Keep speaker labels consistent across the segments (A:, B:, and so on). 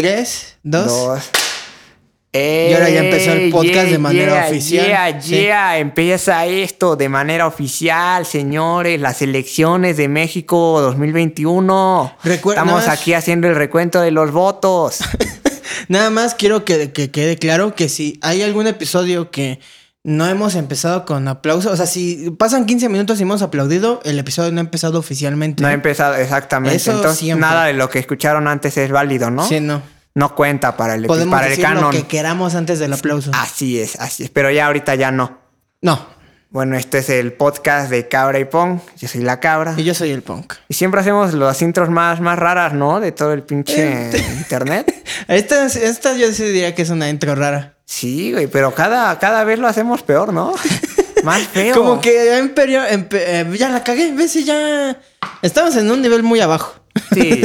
A: Tres, dos.
B: Dos.
A: Y ahora ya empezó el
B: ¡Ey!
A: podcast de
B: Yeah,
A: manera
B: yeah,
A: oficial.
B: yeah,
A: Sí.
B: yeah. Empieza esto de manera oficial, señores. Las elecciones de México 2021.
A: Recuerda-
B: Estamos
A: nada más-
B: aquí haciendo el recuento de los votos.
A: Nada más quiero que, que quede claro que si hay algún episodio que no hemos empezado con aplausos, o sea, si pasan 15 minutos y hemos aplaudido, el episodio no ha empezado oficialmente.
B: No ha empezado exactamente.
A: Eso
B: Entonces,
A: siempre.
B: nada de lo que escucharon antes es válido, ¿no?
A: Sí, no.
B: No cuenta para el, epi-
A: Podemos
B: para el
A: decir
B: canon. Ah.
A: lo que queramos antes del aplauso.
B: Así es, así es. Pero ya ahorita ya no.
A: No.
B: Bueno, este es el podcast de Cabra y Pong. Yo soy la cabra.
A: Y yo soy el punk.
B: Y siempre hacemos las intros más, más raras, ¿no? De todo el
A: Eh,
B: pinche internet.
A: Esta, es- esta yo sí diría que es una intro rara.
B: Sí, güey, pero cada, cada vez lo hacemos peor, ¿no? Más feo.
A: Como que ya emperio- empe- eh, ya la cagué, ves y ya estamos en un nivel muy abajo.
B: Sí,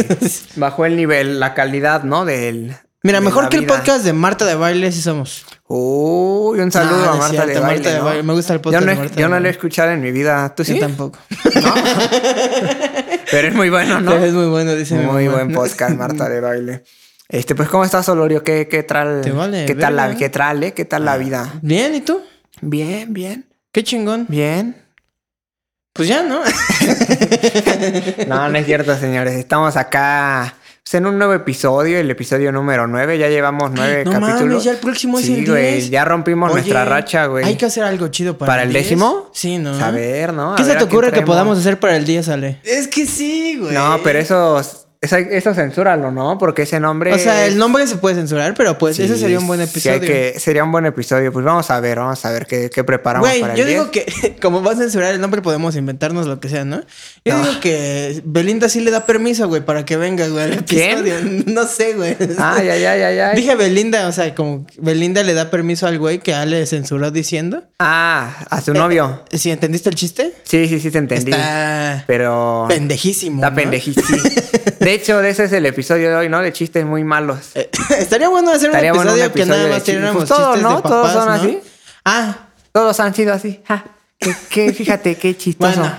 B: bajó el nivel, la calidad, ¿no? Del.
A: Mira,
B: de
A: mejor
B: la
A: que el
B: vida.
A: podcast de Marta de Baile sí somos.
B: Uy, un saludo
A: No, no
B: a
A: es
B: Marta
A: cierto,
B: de
A: Marta
B: Baile.
A: de
B: ¿no?
A: Baile. Me gusta el podcast
B: Yo no,
A: de
B: he-
A: Marta
B: yo
A: de
B: no lo
A: Baile.
B: he escuchado en mi vida. ¿Tú sí?
A: Yo tampoco.
B: Pero es muy bueno, ¿no?
A: Pero es muy bueno, dice mi
B: Muy
A: mamá.
B: buen podcast, Marta de Baile. Este, pues, ¿cómo estás, Olorio? ¿Qué, qué tal?
A: Te vale
B: ¿Qué tal la,
A: verga. Ah.
B: qué tal, eh? ¿Qué tal la vida?
A: Bien, ¿y tú?
B: Bien, bien,
A: Qué chingón.
B: bien.
A: Pues ya, ¿no?
B: No, no es cierto, señores. Estamos acá pues, en un nuevo episodio, el episodio número 9. Ya llevamos nueve
A: no
B: capítulos.
A: mames, ya el próximo es
B: sí,
A: el
B: güey,
A: 10.
B: Ya rompimos
A: Oye,
B: nuestra racha, güey.
A: Hay que hacer algo chido para,
B: ¿Para el
A: 10.
B: décimo?
A: Sí, ¿no?
B: A ver, ¿no? A
A: ¿Qué se
B: ver
A: te
B: a
A: ocurre que
B: traemos.
A: podamos hacer para el 10, Ale?
C: Es que sí, güey.
B: No, pero eso, eso, eso censúralo, ¿no? Porque ese nombre.
A: O sea,
B: es-
A: el nombre se puede censurar, pero pues ese
B: Sí,
A: sería un buen
B: sí
A: episodio.
B: hay que, sería un buen episodio. Pues vamos a ver, vamos a ver qué, qué preparamos
A: Güey,
B: para el
A: yo
B: 10.
A: digo que como va a censurar el nombre podemos inventarnos lo que sea, ¿no? Yo
B: No.
A: digo que Belinda sí le da permiso, güey, para que venga, güey, al
B: ¿Quién?
A: episodio. No sé, güey.
B: Ay, ay, ay, ay, ay.
A: Dije Belinda, o sea, como Belinda le da permiso al güey que Ale censuró diciendo.
B: Ah, a su novio.
A: ¿Sí entendiste el chiste?
B: Sí, sí, sí, te entendí.
A: Está
B: Pero.
A: pendejísimo.
B: Está
A: ¿no?
B: pendejísimo. De hecho, de ese es el episodio de hoy, ¿no? De chistes muy malos.
A: Eh, Estaría bueno hacer
B: Estaría
A: un
B: bueno un
A: episodio que
B: episodio
A: nada
B: de
A: más
B: chistes.
A: tuviéramos
B: Pues todos,
A: chistes
B: ¿no?
A: de papás,
B: Todos son
A: ¿no?
B: así.
A: Ah,
B: Todos han sido así. Ja, qué, qué- fíjate, qué chistoso.
A: bueno.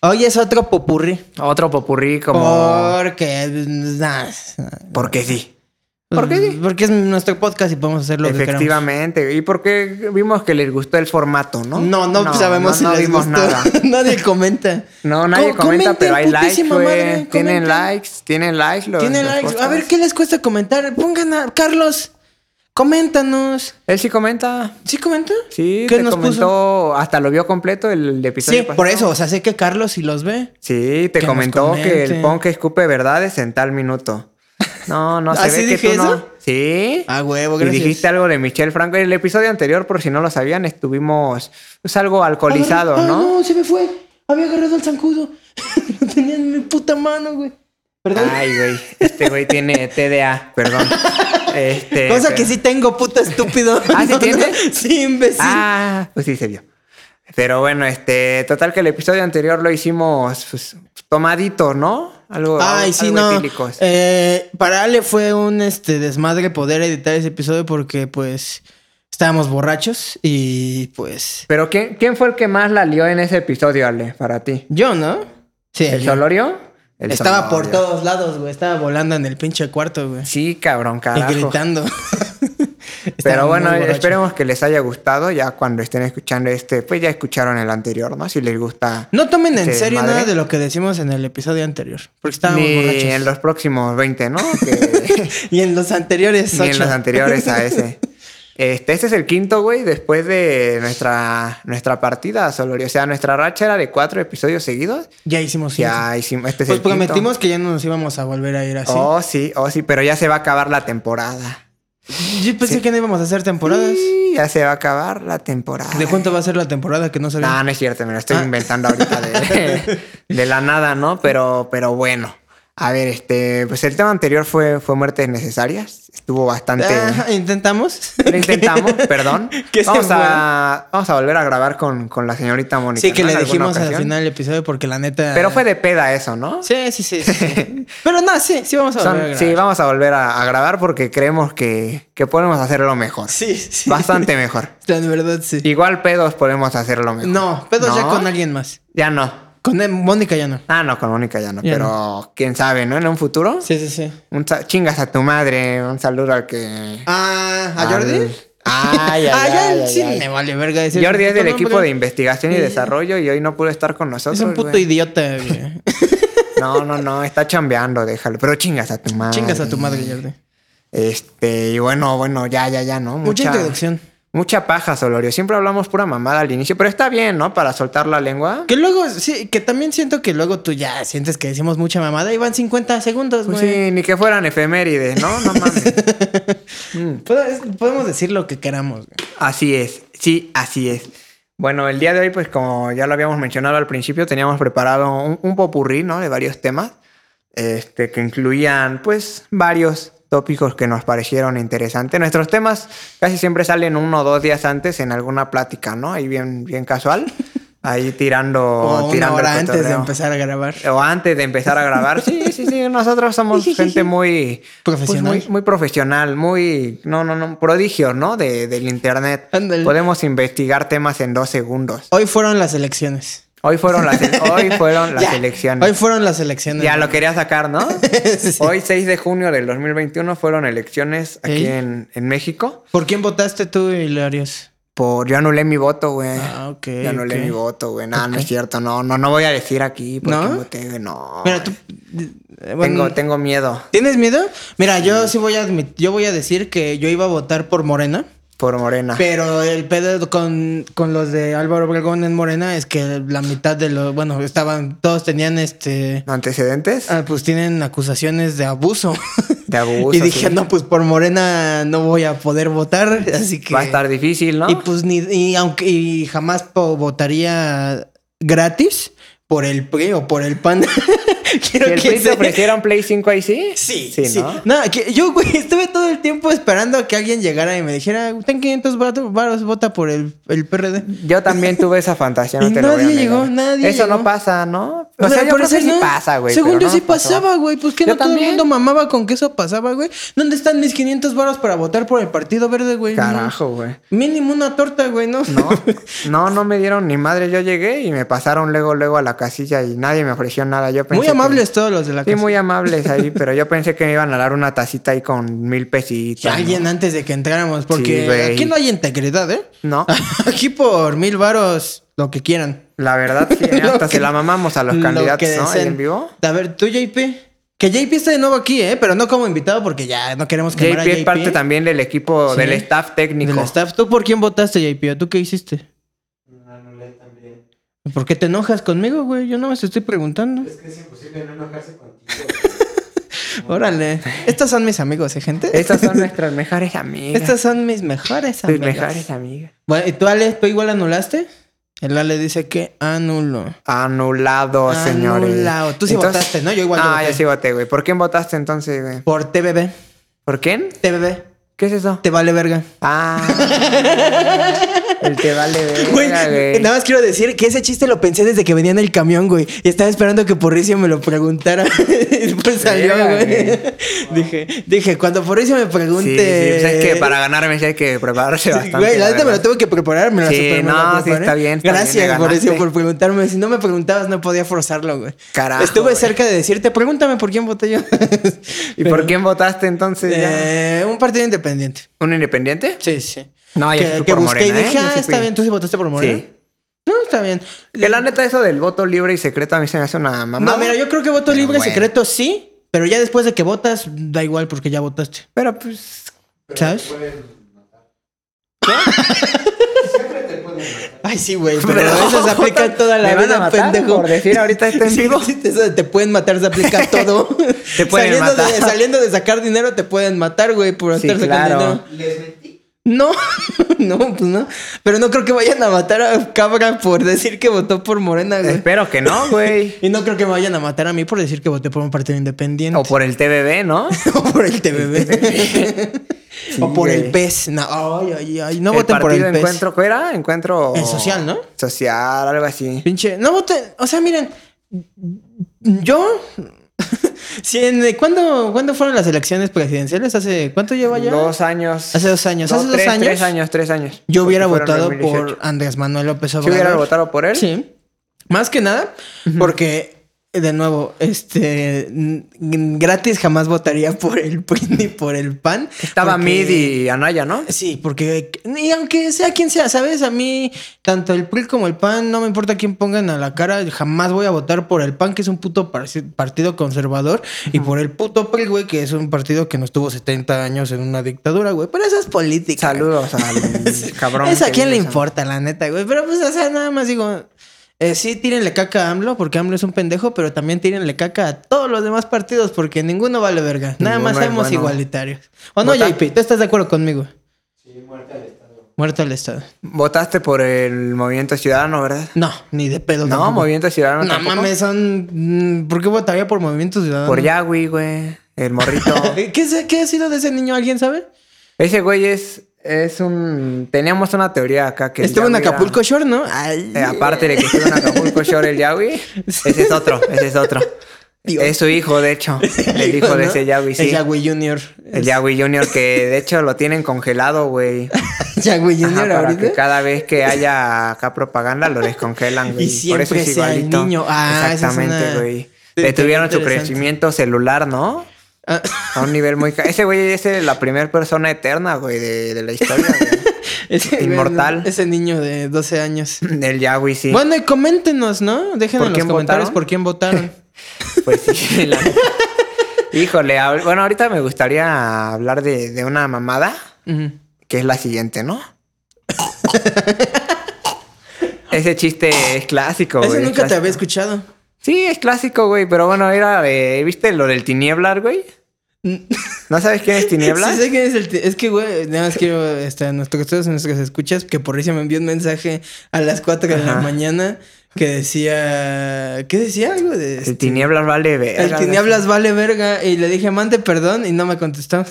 A: Hoy es otro popurrí.
B: Otro popurrí
A: Oh.
B: como.
A: Porque... pues, nah,
B: Porque sí.
A: ¿Por
B: ¿Por qué
A: qué?
B: sí?
A: Mm, Porque es nuestro podcast y podemos hacer lo que queramos.
B: Efectivamente. Y porque vimos que les gustó el formato, ¿no?
A: No, no, sabemos si
B: no
A: les
B: vimos
A: gustó.
B: nada.
A: nadie comenta.
B: No, nadie
A: Co-
B: comenta,
A: comenten,
B: pero hay likes,
A: putísima
B: güey.
A: madre,
B: Tienen
A: comenten.
B: likes, tienen likes. los-
A: Tienen
B: los
A: likes. A
B: podcasts.
A: ver, ¿qué les cuesta comentar? Pongan a... Carlos, coméntanos.
B: Él sí comenta.
A: ¿Sí comentó?
B: Sí,
A: ¿Qué
B: te
A: nos
B: comentó, pues
A: puso?
B: hasta lo vio completo el, episodio.
A: Sí,
B: pasado.
A: por eso. O sea, sé que Carlos sí los ve.
B: Sí,
A: Que
B: te
A: nos
B: comentó que
A: comente.
B: el punk escupe verdades en tal minuto. No, no se
A: ¿Ah, sí
B: ve que
A: dije
B: tú no.
A: eso?
B: Sí.
A: Ah, huevo,
B: y
A: gracias.
B: dijiste algo de Michelle Franco. En el episodio anterior, por si no lo sabían, estuvimos pues, algo alcoholizados,
A: Agarré-
B: ¿no?
A: Ah, no, se me fue. Había agarrado al zancudo. Lo tenía en mi puta mano, güey. Perdón.
B: Ay, güey. Este güey tiene TDA, perdón. Este,
A: Cosa
B: pero-
A: que sí tengo, puta estúpido.
B: Ah, ¿sí tiene?
A: Sí, imbécil.
B: Ah, pues sí se vio. Pero bueno, este, total que el episodio anterior lo hicimos pues, tomadito, ¿no? Algo,
A: Ay,
B: algo- este.
A: sí,
B: algo
A: no.
B: etílicos.
A: Eh, para Ale fue un este, desmadre poder editar ese episodio porque, pues, estábamos borrachos y, pues,
B: Pero ¿quién, ¿quién fue el que más la lió en ese episodio, Ale, para ti?
A: yo, ¿no? Sí.
B: ¿El
A: yo.
B: Solorio? El
A: Estaba por
B: Solorio.
A: todos lados, güey. Estaba volando en el pinche cuarto, güey.
B: Sí, cabrón,
A: Y
B: carajo.
A: gritando. Estaba
B: Pero bueno,
A: muy borracho.
B: esperemos que les haya gustado. Ya cuando estén escuchando este, pues ya escucharon el anterior, ¿no? Si les gusta.
A: No tomen en
B: este
A: serio
B: desmadre.
A: nada de lo que decimos en el episodio anterior. Porque estábamos
B: Ni
A: borrachos.
B: en los próximos 20, ¿no? Que-
A: Y en los anteriores.
B: ni en
A: ocho.
B: los anteriores a ese. Este, este es el quinto, güey, después de nuestra, nuestra partida, Solorio. O sea, nuestra racha era de cuatro episodios seguidos.
A: Ya hicimos
B: Ya hicimos. Este es
A: Pues
B: el quinto.
A: prometimos que ya no nos íbamos a volver a ir así.
B: Oh, sí, oh, sí, pero ya se va a acabar la temporada.
A: Yo pensé que no íbamos a hacer temporadas.
B: Sí, ya se va a acabar la temporada.
A: ¿De cuánto va a ser la temporada que no sabía?
B: No, no es cierto, me lo estoy
A: Ah.
B: inventando ahorita de, de la nada, ¿no? Pero, pero bueno. A ver, este, pues el tema anterior fue, fue muertes necesarias. Estuvo bastante.
A: Ah, intentamos.
B: Lo intentamos, perdón.
A: que se
B: Vamos
A: muera.
B: a, vamos a volver a grabar con, con la señorita Mónica.
A: sí, que
B: ¿no?
A: le
B: En alguna
A: dijimos al
B: ocasión.
A: final del episodio porque la neta.
B: Pero fue de peda eso, ¿no?
A: Sí, sí, sí. sí, sí. Pero no, sí, sí vamos a
B: Son-
A: volver. a
B: sí,
A: grabar.
B: vamos a volver a, a grabar porque creemos que, que podemos hacerlo mejor.
A: Sí, sí.
B: Bastante mejor.
A: La verdad, sí.
B: Igual pedos podemos hacerlo mejor.
A: No, pero ya
B: ¿No?
A: con alguien más.
B: Ya no.
A: Con eh, Mónica ya no.
B: Ah, no, con Mónica ya no.
A: Ya
B: pero quién sabe, ¿no? En un futuro.
A: Sí, sí, sí.
B: Un sa- chingas a tu madre. Un saludo al que.
A: Ah, ¿a Jordi?
B: al- Ay, ay,
A: ah,
B: ay,
A: ya
B: ay,
A: sí
B: ay.
A: me vale verga decir.
B: Jordi es del
A: No,
B: equipo
A: pero-
B: de investigación y
A: Sí.
B: desarrollo y hoy no pudo estar con nosotros.
A: Es un puto
B: güey.
A: idiota, güey.
B: No, no, no, está chambeando, déjalo. Pero chingas a tu madre.
A: Chingas a tu madre, Jordi.
B: Este, y bueno, bueno, ya, ya, ya, ¿no?
A: Mucha introducción.
B: Mucha paja, Solorio. Siempre hablamos pura mamada al inicio, pero está bien, ¿no? Para soltar la lengua.
A: Que luego, sí, que también siento que luego tú ya sientes que decimos mucha mamada y van 50 segundos, güey.
B: Pues sí, ni que fueran efemérides, ¿no? No mames. Mm.
A: Pod- es- Podemos decir lo que queramos. güey.
B: Así es, sí, así es. Bueno, el día de hoy, pues como ya lo habíamos mencionado al principio, teníamos preparado un, un popurrí, ¿no? De varios temas, este, que incluían, pues, varios tópicos que nos parecieron interesantes. Nuestros temas casi siempre salen uno o dos días antes en alguna plática, ¿no? Ahí bien, bien casual, ahí tirando...
A: o una
B: Oh, tirando el
A: hora antes de
B: cotorreo. Eh,
A: empezar a grabar.
B: O antes de empezar a grabar. Sí, sí, sí. Nosotros somos gente muy
A: Profesional.
B: pues, muy, muy profesional, muy. No, no, no. Prodigio, ¿no? De, del internet.
A: Ándale.
B: Podemos investigar temas en dos segundos.
A: Hoy fueron las elecciones.
B: Hoy fueron las, hoy fueron las
A: Ya,
B: elecciones.
A: Hoy fueron las elecciones.
B: ya lo
A: güey.
B: quería sacar, ¿no?
A: Sí, sí.
B: Hoy, 6 de junio del 2021, fueron elecciones
A: Ey.
B: aquí en, en México.
A: ¿Por quién votaste tú, Hilarios?
B: Por yo anulé mi voto, güey.
A: Ah, ok.
B: yo anulé
A: ok.
B: mi voto, güey. Nada, no es cierto. No, no, no voy a decir aquí por
A: ¿No?
B: quién voté, güey. No.
A: Mira, tú. eh, bueno,
B: tengo, tengo miedo.
A: ¿Tienes miedo? Mira, yo sí voy a admit- yo voy a decir que yo iba a votar por Morena.
B: Por Morena.
A: Pero el pedo con, con los de Álvaro Obregón en Morena es que la mitad de los, bueno, estaban, todos tenían este,
B: ¿Antecedentes?
A: ah, pues tienen acusaciones de abuso.
B: De abuso.
A: y dije,
B: sí.
A: no, pues por Morena no voy a poder votar, así que...
B: Va a estar difícil, ¿no?
A: Y pues ni, y aunque, y jamás po- votaría gratis por el PRI o por el PAN.
B: si
A: Quiero
B: el PRI te
A: se-
B: ofreciera un Play 5 ahí sí.
A: Sí,
B: sí.
A: sí.
B: ¿no?
A: ¿no? que yo, güey, estuve todo el tiempo esperando a que alguien llegara y me dijera, ten 500 vato- varos, vota por el, el PRD.
B: Yo también tuve esa fantasía. No
A: Y
B: te lo voy a
A: nadie
B: negar.
A: llegó, nadie
B: Eso no
A: llegó.
B: pasa, ¿no? O
A: Pero
B: sea,
A: al
B: yo creo que
A: parecer
B: sí
A: no.
B: pasa, güey.
A: Según
B: pero
A: yo
B: no
A: sí
B: nos pasó.
A: pasaba, güey. Pues que
B: Yo
A: no todo el
B: también.
A: mundo mamaba con que eso pasaba, güey. ¿Dónde están mis 500 varos para votar por el Partido Verde, güey? No.
B: Carajo, güey.
A: Mínimo una torta, güey, ¿no?
B: No, no, no me dieron ni madre. Yo llegué y me pasaron luego, luego a la casilla y nadie me ofreció nada. Yo pensé
A: Muy
B: que-
A: amables todos los de la
B: Sí,
A: casa.
B: muy amables ahí, pero yo pensé que me iban a dar una tacita ahí con mil pesitos.
A: Que
B: ¿no?
A: Alguien antes de que entráramos,
B: Sí,
A: porque
B: güey.
A: aquí no hay integridad, ¿eh?
B: No.
A: Aquí por mil varos, lo que quieran.
B: La verdad, sí,
A: Lo
B: hasta
A: que-
B: se la mamamos a los
A: Lo
B: candidatos,
A: que
B: ¿no? Ahí
A: deseen.
B: en vivo.
A: A ver, tú, JP. Que JP está de nuevo aquí, ¿eh? Pero no como invitado porque ya no queremos quemar
B: JP
A: a
B: es
A: JP.
B: parte también del equipo,
A: Sí.
B: del staff técnico.
A: Del staff. ¿Tú por quién votaste, JP? ¿O tú qué hiciste? también. ¿Por qué te enojas conmigo, güey? Yo no me estoy preguntando. Es que es imposible no enojarse contigo. Órale. Estos son mis amigos, ¿eh, gente?
B: Estas son nuestras mejores amigas.
A: Estos son mis mejores
B: tus
A: amigos.
B: mejores amigas.
A: Bueno, ¿y tú, Ale? ¿Tú igual anulaste? El Ale dice que anuló.
B: Anulado, señores.
A: Anulado. Tú sí votaste, ¿no? Yo igual yo
B: Ah,
A: voté.
B: yo sí voté, güey. ¿Por quién votaste entonces, güey?
A: Por TBB.
B: ¿Por quién?
A: TBB.
B: ¿Qué es eso?
A: Te vale verga.
B: Ah. el te vale
A: Güey,
B: verga, güey.
A: nada más quiero decir que ese chiste lo pensé desde que venía en el camión, güey. Y estaba esperando que Porricio me lo preguntara. Y pues salió,
B: Verga,
A: güey.
B: güey.
A: Dije, dije, cuando Porricio me pregunte.
B: Sí, sí, pues es que para ganarme sí hay que prepararse
A: Sí,
B: bastante.
A: Güey, la neta me lo
B: verdad.
A: tuve que preparar, me la
B: Sí,
A: super- me la
B: no, sí,
A: preparé.
B: está bien, está bien, le
A: Gracias, Porricio,
B: ganaste.
A: por preguntarme. Si no me preguntabas, no podía forzarlo, güey.
B: Carajo,
A: Estuve
B: güey.
A: cerca de decirte, pregúntame por quién voté yo.
B: ¿Y por quién votaste entonces? ya?
A: Eh, un partido independiente.
B: ¿Un independiente?
A: Sí, sí.
B: No, yo sí
A: que
B: fui
A: que
B: por
A: busqué
B: Morena,
A: y
B: ¿eh?
A: dije,
B: Yo sí
A: ah,
B: fui.
A: está bien, tú sí votaste por Morena.
B: Sí.
A: No, está bien.
B: Que la neta, eso del voto libre y secreto a mí se me hace una mamada.
A: No, mira, yo creo que voto
B: Pero
A: libre
B: bueno.
A: secreto sí, pero ya después de que votas, da igual porque ya votaste.
B: Pero pues.
A: ¿Sabes? Ay, sí, güey, pero,
B: Pero-
A: eso se aplica a toda la
B: Me van
A: vida,
B: a matar
A: pendejo.
B: por decir ahorita esto en
A: Sí,
B: vivo.
A: sí, eso de te pueden matar, se aplica a todo.
B: Te pueden
A: saliendo De,
B: matar.
A: saliendo de sacar dinero, te pueden matar, güey, por
B: Sí,
A: hacerse
B: claro.
A: con dinero. No, no, pues no. Pero no creo que vayan a matar a Cabra por decir que votó por Morena, güey.
B: Pues Espero que no, güey.
A: Y no creo que me vayan a matar a mí por decir que voté por un partido independiente.
B: O por el TBB, ¿no?
A: o por el TBB. o por el
B: güey.
A: PES. No, ay, ay, ay, no
B: El
A: voten por el E
B: partido
A: PES.
B: encuentro, ¿qué era? Encuentro.
A: El social, ¿no?
B: Social, algo así.
A: Pinche. No voten. O sea, miren. Yo. si en- eh, ¿cuándo, ¿Cuándo fueron las elecciones presidenciales? ¿Hace cuánto lleva ya?
B: Dos años.
A: Hace dos años.
B: No,
A: Hace dos
B: tres,
A: años.
B: Tres años, tres años.
A: Yo hubiera
B: Porque fueron
A: votado
B: en 2018.
A: por Andrés Manuel López
B: ¿Sí
A: Obrador.
B: hubiera votado por él?
A: Sí. Más que nada, porque, de nuevo, este n- gratis jamás votaría por el PRI ni por el PAN.
B: Estaba
A: porque-
B: Mid y Anaya, ¿no?
A: Sí, porque y aunque sea quien sea, ¿sabes? A mí, tanto el PRI como el PAN, no me importa quién pongan a la cara, jamás voy a votar por el PAN, que es un puto par- partido conservador, y por el puto PRI, güey, que es un partido que no estuvo 70 años en una dictadura, güey. Pero eso es política.
B: Saludos al cabrón.
A: ¿Es a
B: que
A: quién le
B: hizo.
A: importa, la neta, güey? Pero pues, o sea, nada más digo, eh, sí, tírenle caca a AMLO, porque AMLO es un pendejo, pero también tírenle caca a todos los demás partidos, porque ninguno vale verga. Nada
B: Ninguno
A: más
B: es
A: seamos
B: bueno.
A: igualitarios. ¿O no,
B: Vota-
A: JP? ¿Tú estás de acuerdo conmigo? Sí, muerte al Estado. Muerte al Estado.
B: Votaste por el Movimiento Ciudadano, ¿verdad?
A: No, ni de pedo.
B: No,
A: tampoco.
B: Movimiento Ciudadano.
A: No
B: tampoco.
A: mames, son. mm, ¿Por qué votaría por Movimiento Ciudadano?
B: Por Yagüi, güey. El morrito.
A: ¿Qué, se- ¿Qué ha sido de ese niño? ¿Alguien sabe?
B: Ese güey es, es un. Teníamos una teoría acá que. el
A: Estuvo en
B: Yagüi era-
A: Acapulco Shore, ¿no? Ay.
B: Eh, aparte de que estuvo en Acapulco Shore el Yagüi, ese es otro, ese es otro.
A: Dios.
B: Es su hijo, de hecho. El hijo de
A: ¿no?
B: ese Yagüi, sí.
A: El Yagüi Junior.
B: El Yagüi Junior, que de hecho lo tienen congelado, güey.
A: Yagüi
B: Ajá,
A: Junior
B: para
A: ahorita.
B: que cada vez que haya acá propaganda lo descongelan, güey.
A: Y siempre sea el niño. Ah, esa es
B: Exactamente,
A: una-
B: güey.
A: Sí,
B: Detuvieron su
A: interesante.
B: crecimiento celular, ¿no?
A: Ah,
B: A un nivel muy... ca- Ese güey es el- la primera persona eterna, güey, de, de la historia, güey.
A: ese güey,
B: Inmortal.
A: ¿no? ese niño de 12 años.
B: Del Yahweh, sí.
A: Bueno, y coméntenos, ¿no? Déjenos
B: ¿Por
A: en los
B: quién
A: comentarios
B: votaron?
A: por quién votaron.
B: Pues sí. la- Híjole, ahor- bueno, ahorita me gustaría hablar de, de una mamada,
A: Ujú.
B: que es la siguiente, ¿no? Ese chiste es clásico, güey.
A: Ese
B: es
A: nunca te
B: clásico.
A: había escuchado.
B: Sí, es clásico, güey, pero bueno, era de... ¿Viste lo del tinieblar, güey? ¿No sabes quién es
A: Mm.
B: tinieblas?
A: Sí, sé quién es, el t- es que, güey, nada más quiero este, a nuestros todos nuestros escuchas que por ahí se me envió un mensaje a las 4 de la
B: Ajá.
A: mañana que decía. ¿Qué decía? Algo de. este,
B: El tinieblas vale verga.
A: El tinieblas vale verga. Y le dije, amante, perdón. Y no me contestó.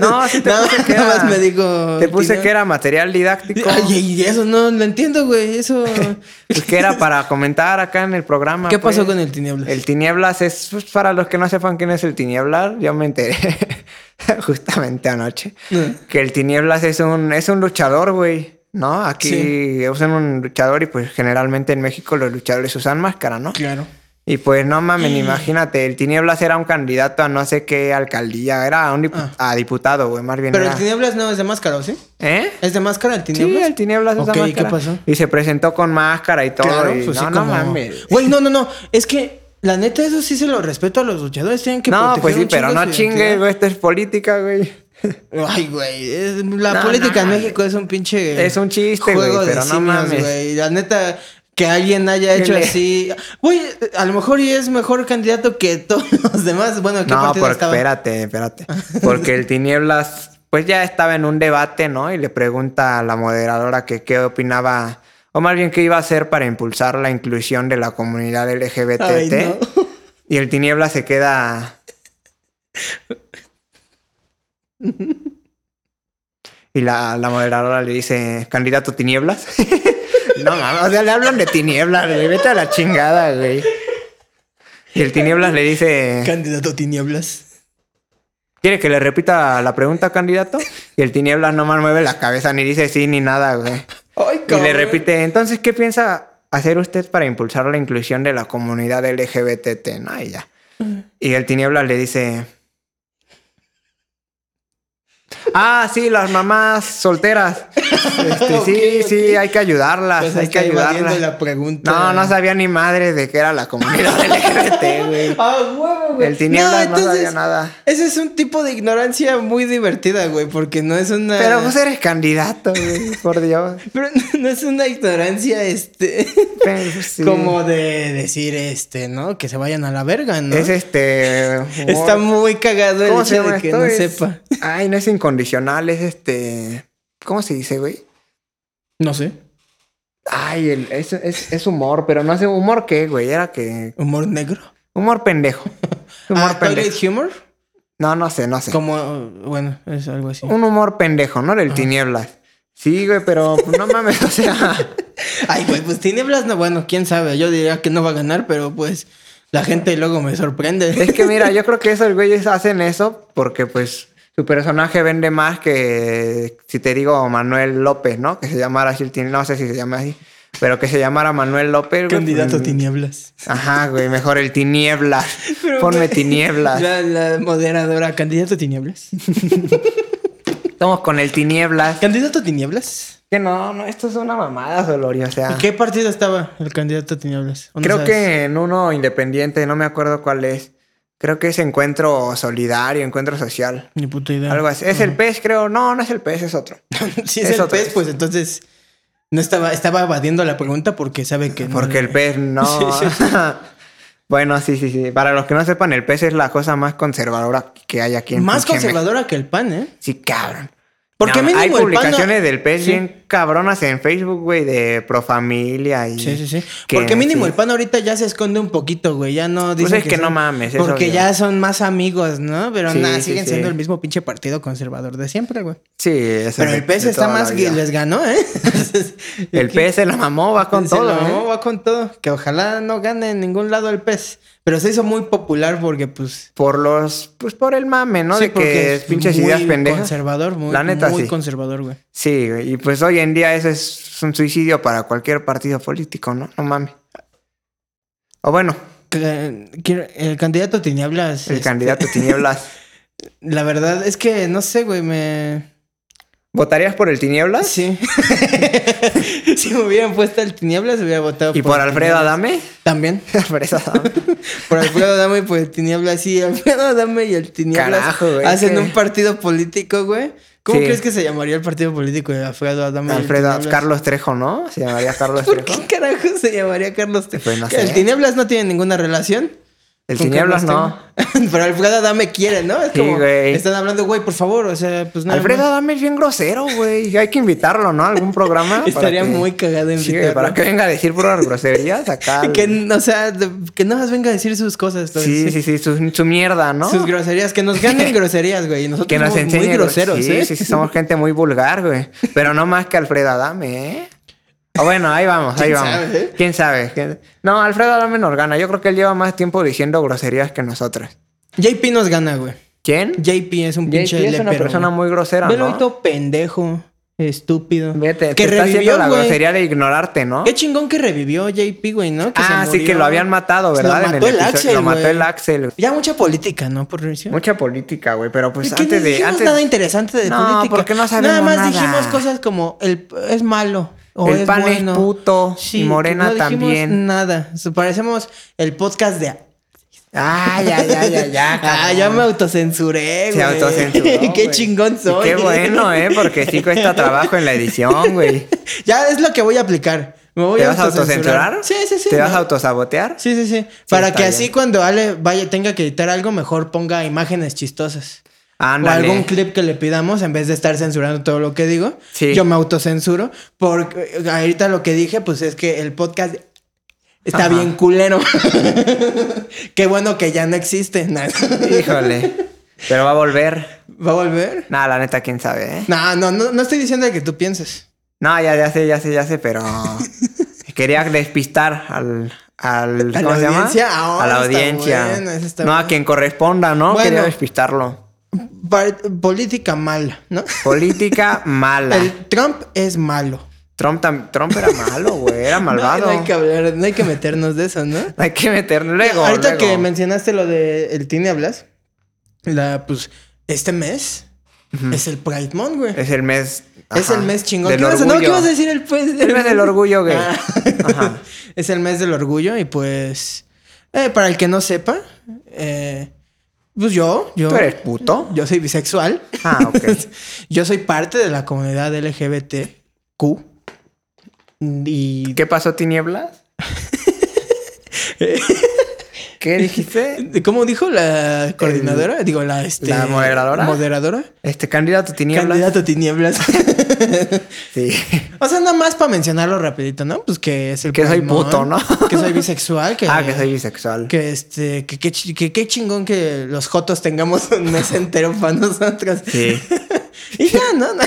B: No, sí te
A: Nada-
B: puse que
A: nada más
B: era-
A: me dijo.
B: Te puse
A: "Tineb-".
B: que era material didáctico.
A: Ay, y eso no lo entiendo, güey. Eso.
B: Pues que era para comentar acá en el programa.
A: ¿Qué pasó
B: pues.
A: con el tinieblas?
B: El tinieblas es pues, para los que no sepan quién es el tinieblas. Yo me enteré justamente anoche
A: No.
B: que el tinieblas es un es un luchador, güey. ¿No? Aquí usan un luchador y pues generalmente en México los luchadores usan máscara, ¿no?
A: Claro.
B: Y pues no mames, imagínate, el tinieblas era un candidato a no sé qué alcaldía, era un dipu- a diputado, güey, más bien.
A: Ah. Pero el
B: era-
A: tinieblas no es de máscara, ¿o sí?
B: ¿Eh?
A: ¿Es de máscara el
B: Sí,
A: tinieblas?
B: el tinieblas usa
A: Ok, ¿y
B: máscara.
A: qué pasó?
B: Y se presentó con máscara y todo.
A: Claro,
B: y
A: pues sí,
B: no, no
A: como-
B: mames.
A: Güey, no, no, no. Es que la neta, eso sí se lo respeto a los luchadores. Tienen que
B: No,
A: proteger
B: pues sí,
A: un
B: pero
A: chingo
B: no
A: su
B: chingues,
A: identidad.
B: güey. Esto es política, güey.
A: Ay, güey. es- La
B: No,
A: política
B: no,
A: en México es un pinche.
B: Es un chiste,
A: juego
B: güey,
A: de
B: pero no
A: simios,
B: mames.
A: güey. La neta. Que alguien haya hecho
B: le-
A: así. Güey, a lo mejor y es mejor candidato que todos los demás. Bueno, ¿qué
B: No,
A: partido
B: porque
A: estaba?
B: espérate, espérate. Porque el Tinieblas, pues ya estaba en un debate, ¿no? Y le pregunta a la moderadora que qué opinaba, o más bien qué iba a hacer para impulsar la inclusión de la comunidad LGBT.
A: Ay, no.
B: Y el Tinieblas se queda. Y la, la moderadora le dice, candidato Tinieblas. no mames, o sea, le hablan de Tinieblas, güey. Vete a la chingada, güey. Y el Tinieblas le dice.
A: Candidato tinieblas.
B: ¿Quiere que le repita la pregunta, candidato? Y el tinieblas nomás mueve la cabeza, ni dice sí ni nada, güey.
A: Ay,
B: Y le repite, entonces, ¿qué piensa hacer usted para impulsar la inclusión de la comunidad LGBT? No, y ya. Y el tinieblas le dice... Ah, sí, las mamás solteras. Este, sí,
A: Ok,
B: sí,
A: ok.
B: hay que ayudarlas,
A: Pues
B: hay que
A: está evadiendo
B: ayudarlas.
A: la pregunta.
B: No, no sabía ni madre de qué era la comunidad LGBT, güey.
A: Ah, huevo, güey.
B: El tinieblas no,
A: entonces,
B: sabía nada.
A: Ese es un tipo de ignorancia muy divertida, güey, porque no es una.
B: Pero pues, vos eres candidato, güey, por Dios.
A: Pero no es una ignorancia, este.
B: Pero pues, sí.
A: Como de decir, este, ¿no? Que se vayan a la verga, ¿no?
B: Es este.
A: Está
B: wow.
A: muy cagado el
B: ¿Cómo se
A: hecho
B: llama
A: de que
B: esto?
A: no
B: Es-
A: sepa.
B: Ay, no es incondicional, es este. ¿Cómo se dice, güey?
A: No sé.
B: Ay, el- es, es- es humor, pero no sé humor qué, güey. Era que.
A: Humor negro.
B: Humor pendejo. Humor
A: Ah,
B: pendejo.
A: toilet humor.
B: No, no sé, no sé.
A: Como, bueno, es algo así.
B: Un humor pendejo, ¿no?
A: Ah.
B: Del tinieblas. Sí, güey, pero no mames, o sea.
A: Ay, güey, pues tinieblas, no, bueno, quién sabe. Yo diría que no va a ganar, pero pues la gente luego me sorprende.
B: Es que mira, yo creo que esos güeyes hacen eso porque pues su personaje vende más que si te digo Manuel López, ¿no? Que se llamara así el tin- no sé si se llama así. Pero que se llamara Manuel López. güey,
A: Candidato
B: pues,
A: Tinieblas.
B: Ajá, güey, mejor el Tinieblas.
A: Pero,
B: Ponme
A: güey,
B: Tinieblas.
A: La, la moderadora, Candidato Tinieblas.
B: Estamos con el Tinieblas.
A: ¿Candidato Tinieblas?
B: Que no, no, esto es una mamada, Dolori, o sea.
A: ¿En qué partido estaba el candidato Tinieblas? ¿O no
B: Ah. Creo
A: sabes?
B: que en uno independiente, no me acuerdo cuál es. Creo que es Encuentro Solidario, Encuentro Social.
A: Ni puta idea.
B: Algo así. Es el pez, creo. No, no es el pez, es otro.
A: si es,
B: es
A: el
B: otra
A: pez,
B: vez.
A: pues entonces no estaba, estaba evadiendo la pregunta porque sabe que no
B: Porque el
A: le-
B: pez no.
A: Sí,
B: bueno, sí, sí, sí. Para los que no sepan, el pez es la cosa más conservadora que hay aquí en
A: Más
B: pinche
A: conservadora que el pan, ¿eh?
B: México. Sí, cabrón.
A: Porque
B: No,
A: mínimo
B: hay
A: el pan no-
B: publicaciones del pez
A: Sí.
B: bien cabronas en Facebook, güey, de Profamilia y.
A: Sí, sí, sí.
B: que-
A: Porque mínimo
B: sí. Pues
A: el pan ahorita ya se esconde un poquito, güey. Ya no dicen
B: es que no mames, es
A: Porque
B: obvio.
A: ya son más amigos, ¿no? Pero
B: Sí,
A: nada,
B: sí,
A: siguen
B: sí.
A: siendo el mismo pinche partido conservador de siempre, güey.
B: Sí, eso
A: Pero
B: de-
A: el pez
B: de
A: está
B: toda la
A: más que
B: vida.
A: les ganó, ¿eh?
B: El pez se la mamó, va con
A: Se
B: todo.
A: lo
B: ¿eh?
A: mamó, va con todo. Que ojalá no gane en ningún lado el pez. Pero se hizo muy popular porque, pues.
B: por los, pues por el mame, ¿no?
A: sí,
B: de
A: porque
B: que pinches
A: muy
B: ideas pendejas.
A: Conservador, muy,
B: La neta,
A: muy
B: sí.
A: conservador, güey.
B: Sí, güey, y pues hoy en día eso es un suicidio para cualquier partido político, ¿no? No mames. O bueno,
A: Que- quiero- El candidato Tinieblas.
B: el
A: este,
B: candidato Tinieblas.
A: La verdad es que no sé, güey, me.
B: ¿Votarías por el Tinieblas?
A: Sí. si me hubieran puesto el Tinieblas, hubiera votado
B: ¿Y por Alfredo
A: Tinieblas.
B: Adame?
A: También.
B: Alfredo Adame.
A: Por Alfredo Adame y por el Tinieblas. Sí, Alfredo Adame y el Tinieblas
B: Carajo, güey,
A: hacen
B: que-
A: un partido político, güey. ¿Cómo
B: Sí.
A: crees que se llamaría el partido político de Alfredo Adame? y el
B: Alfredo
A: Tinieblas?
B: Carlos Trejo, ¿no? Se llamaría Carlos
A: ¿Por
B: Trejo.
A: qué carajo se llamaría Carlos Te-
B: Pues no
A: El
B: sé.
A: Tinieblas no tiene ninguna relación.
B: El
A: con
B: Tinieblas
A: Carlos
B: no.
A: Trejo. Pero Alfredo Adame quiere, ¿no? Es
B: Sí,
A: como,
B: güey.
A: Están hablando, güey, por favor. O sea, pues nada.
B: Alfredo
A: más.
B: Adame es bien grosero, güey. Hay que invitarlo, ¿no? A algún programa. para
A: Estaría
B: que-
A: muy cagado en
B: Sí, güey, para que venga a decir puras groserías acá.
A: Y Que, o sea, de- que no nos venga a decir sus cosas. todo
B: Sí,
A: eso.
B: sí, sí, su, su mierda, ¿no?
A: Sus groserías, que nos ganen groserías, güey. Y Nosotros
B: que nos
A: somos
B: enseñe.
A: muy groseros,
B: sí,
A: ¿eh?
B: sí, sí, somos gente muy vulgar, güey. Pero no más que Alfredo Adame, ¿eh? O bueno, ahí vamos, ahí
A: ¿Quién
B: vamos.
A: sabe, eh?
B: ¿Quién sabe? ¿Quién- No, Alfredo Adame nos gana. Yo creo que él lleva más tiempo diciendo groserías que nosotros.
A: JP nos gana, güey.
B: ¿Quién?
A: JP es un
B: JP
A: pinche
B: es una
A: lepero,
B: persona
A: güey.
B: muy grosera,
A: Velo
B: ¿no?
A: ahí todo pendejo, estúpido.
B: Vete, te
A: que
B: está
A: revivió,
B: haciendo la
A: güey.
B: grosería de ignorarte, ¿no?
A: Qué chingón que revivió JP, güey, ¿no? se
B: ah, sí,
A: murió.
B: que lo habían matado,
A: Lo
B: ¿verdad?
A: mató el
B: episodio-
A: Axel,
B: Lo mató
A: güey.
B: el Axel.
A: Ya mucha política, ¿no? Por Mauricio?
B: Mucha política, güey. Pero pues
A: ¿Qué
B: antes
A: ni
B: de...
A: dijimos
B: Antes...
A: nada interesante de
B: No,
A: política.
B: porque no sabemos
A: Nada más
B: nada.
A: dijimos cosas como el es malo o
B: El
A: es
B: pan es
A: bueno.
B: puto, y Morena
A: no dijimos
B: también.
A: Nada. O sea, Parecemos el podcast de.
B: Ah, ya, ya, ya, ya.
A: ah,
B: cabrón.
A: ya me autocensuré, güey.
B: Se autocensuró,
A: qué
B: güey.
A: chingón
B: Y
A: soy.
B: qué bueno, ¿eh? Porque sí cuesta trabajo en la edición, güey.
A: ya es lo que voy a aplicar. Me voy
B: ¿Te
A: a
B: vas a autocensurar?
A: Sí, sí, sí.
B: ¿Te vas
A: no.
B: a autosabotear?
A: Sí, sí, sí. Para
B: está
A: que así
B: bien.
A: cuando Ale vaya, tenga que editar algo, mejor ponga imágenes chistosas.
B: Ándale.
A: O algún clip que le pidamos en vez de estar censurando todo lo que digo.
B: Sí.
A: Yo me autocensuro. Porque eh, ahorita lo que dije, pues es que el podcast está
B: Ajá.
A: bien culero. Qué bueno que ya no existe. Nah.
B: Híjole. Pero va a volver.
A: ¿Va a volver?
B: Nada, la neta, quién sabe, ¿eh?
A: No, no, no, no estoy diciendo el que tú pienses.
B: No, ya, ya sé, ya sé, ya sé, pero. Quería despistar al. al
A: ¿A la
B: ¿Cómo se llama?
A: audiencia? Ah,
B: a la
A: está
B: audiencia.
A: bueno, eso está
B: no,
A: bueno.
B: a quien corresponda, ¿no?
A: Bueno.
B: Quería despistarlo.
A: Par- política mala, ¿no?
B: Política mala.
A: El Trump es malo.
B: Trump, tam- Trump era malo, güey. Era malvado.
A: No, no hay que hablar, no hay que meternos de eso, ¿no?
B: Hay que meterlo luego.
A: Ahorita
B: luego.
A: que mencionaste lo de el tinieblas, la pues este mes es el Pride Month, güey.
B: Es el mes.
A: Es
B: ajá,
A: el mes chingón.
B: del
A: ¿Qué ibas a- no,
B: orgullo.
A: ¿qué ibas a decir el pues?
B: El mes del orgullo gay.
A: Ah.
B: Ajá.
A: es el mes del orgullo y pues eh, para el que no sepa, eh, pues yo, yo,
B: ¿Tú eres puto?
A: yo soy bisexual.
B: Ah, ok.
A: yo soy parte de la comunidad LGBTQ. Y
B: ¿Qué pasó, Tinieblas? ¿Qué dijiste?
A: ¿Cómo dijo la coordinadora? Digo, la, este,
B: ¿La moderadora?
A: Moderadora.
B: Este candidato Tinieblas.
A: Candidato tinieblas.
B: Sí.
A: o sea, nada más para mencionarlo rapidito, ¿no? Pues que es el
B: Que soy
A: Pride
B: puto,
A: Month,
B: ¿no?
A: que soy bisexual, que
B: Ah, que soy bisexual.
A: que este que qué chingón que los jotos tengamos un mes entero para nosotros.
B: Sí.
A: y ya, no, no.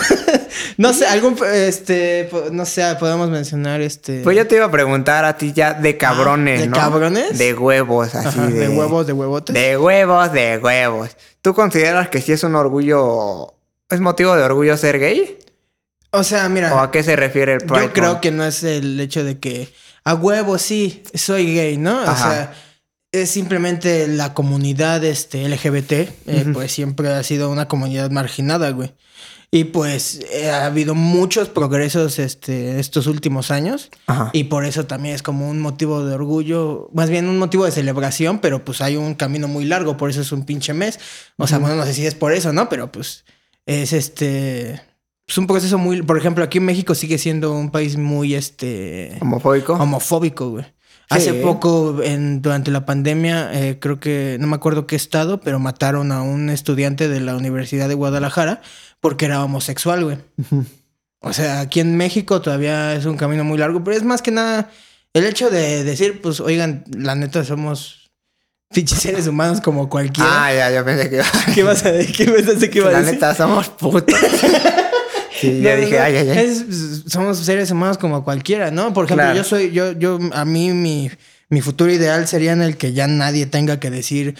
A: No sé, algún este po- no sé, podemos mencionar este
B: Pues yo te iba a preguntar a ti ya de cabrones,
A: Ah, ¿de
B: ¿no?
A: cabrones?
B: De huevos, así
A: Ajá, de,
B: de...
A: huevos, de huevotes.
B: De huevos, de huevos. ¿Tú consideras que sí es un orgullo... ¿Es motivo de orgullo ser gay?
A: O sea, mira.
B: ¿O a qué se refiere el Pride
A: Yo creo
B: Month?
A: que no es el hecho de que a huevo sí soy gay, ¿no?
B: Ajá.
A: O sea, es simplemente la comunidad este, LGBT, eh, pues siempre ha sido una comunidad marginada, güey. Y pues eh, ha habido muchos progresos este, estos últimos años.
B: Ajá.
A: Y por eso también es como un motivo de orgullo, más bien un motivo de celebración, pero pues hay un camino muy largo, por eso es un pinche mes. O sea, bueno, no sé si es por eso, ¿no? Pero pues es este... Es un proceso muy... Por ejemplo, aquí en México sigue siendo un país muy este...
B: ¿Homofóbico?
A: Homofóbico, güey. Hace
B: Sí.
A: poco, en, durante la pandemia, eh, creo que, no me acuerdo qué estado, pero mataron a un estudiante de la Universidad de Guadalajara porque era homosexual, güey. O sea, aquí en México todavía es un camino muy largo, pero es más que nada el hecho de decir, pues, oigan, la neta somos pinches seres humanos como cualquiera.
B: ah, ya, yo pensé que...
A: ¿Qué vas a decir? ¿Qué pensaste que iba a
B: la
A: decir?
B: neta, somos putos. sí,
A: No,
B: ya
A: no,
B: dije,
A: no.
B: ay, ay, ay.
A: Es- somos seres humanos como cualquiera, ¿no? Por ejemplo,
B: Claro.
A: yo soy, yo, yo, a mí mi, mi futuro ideal sería en el que ya nadie tenga que decir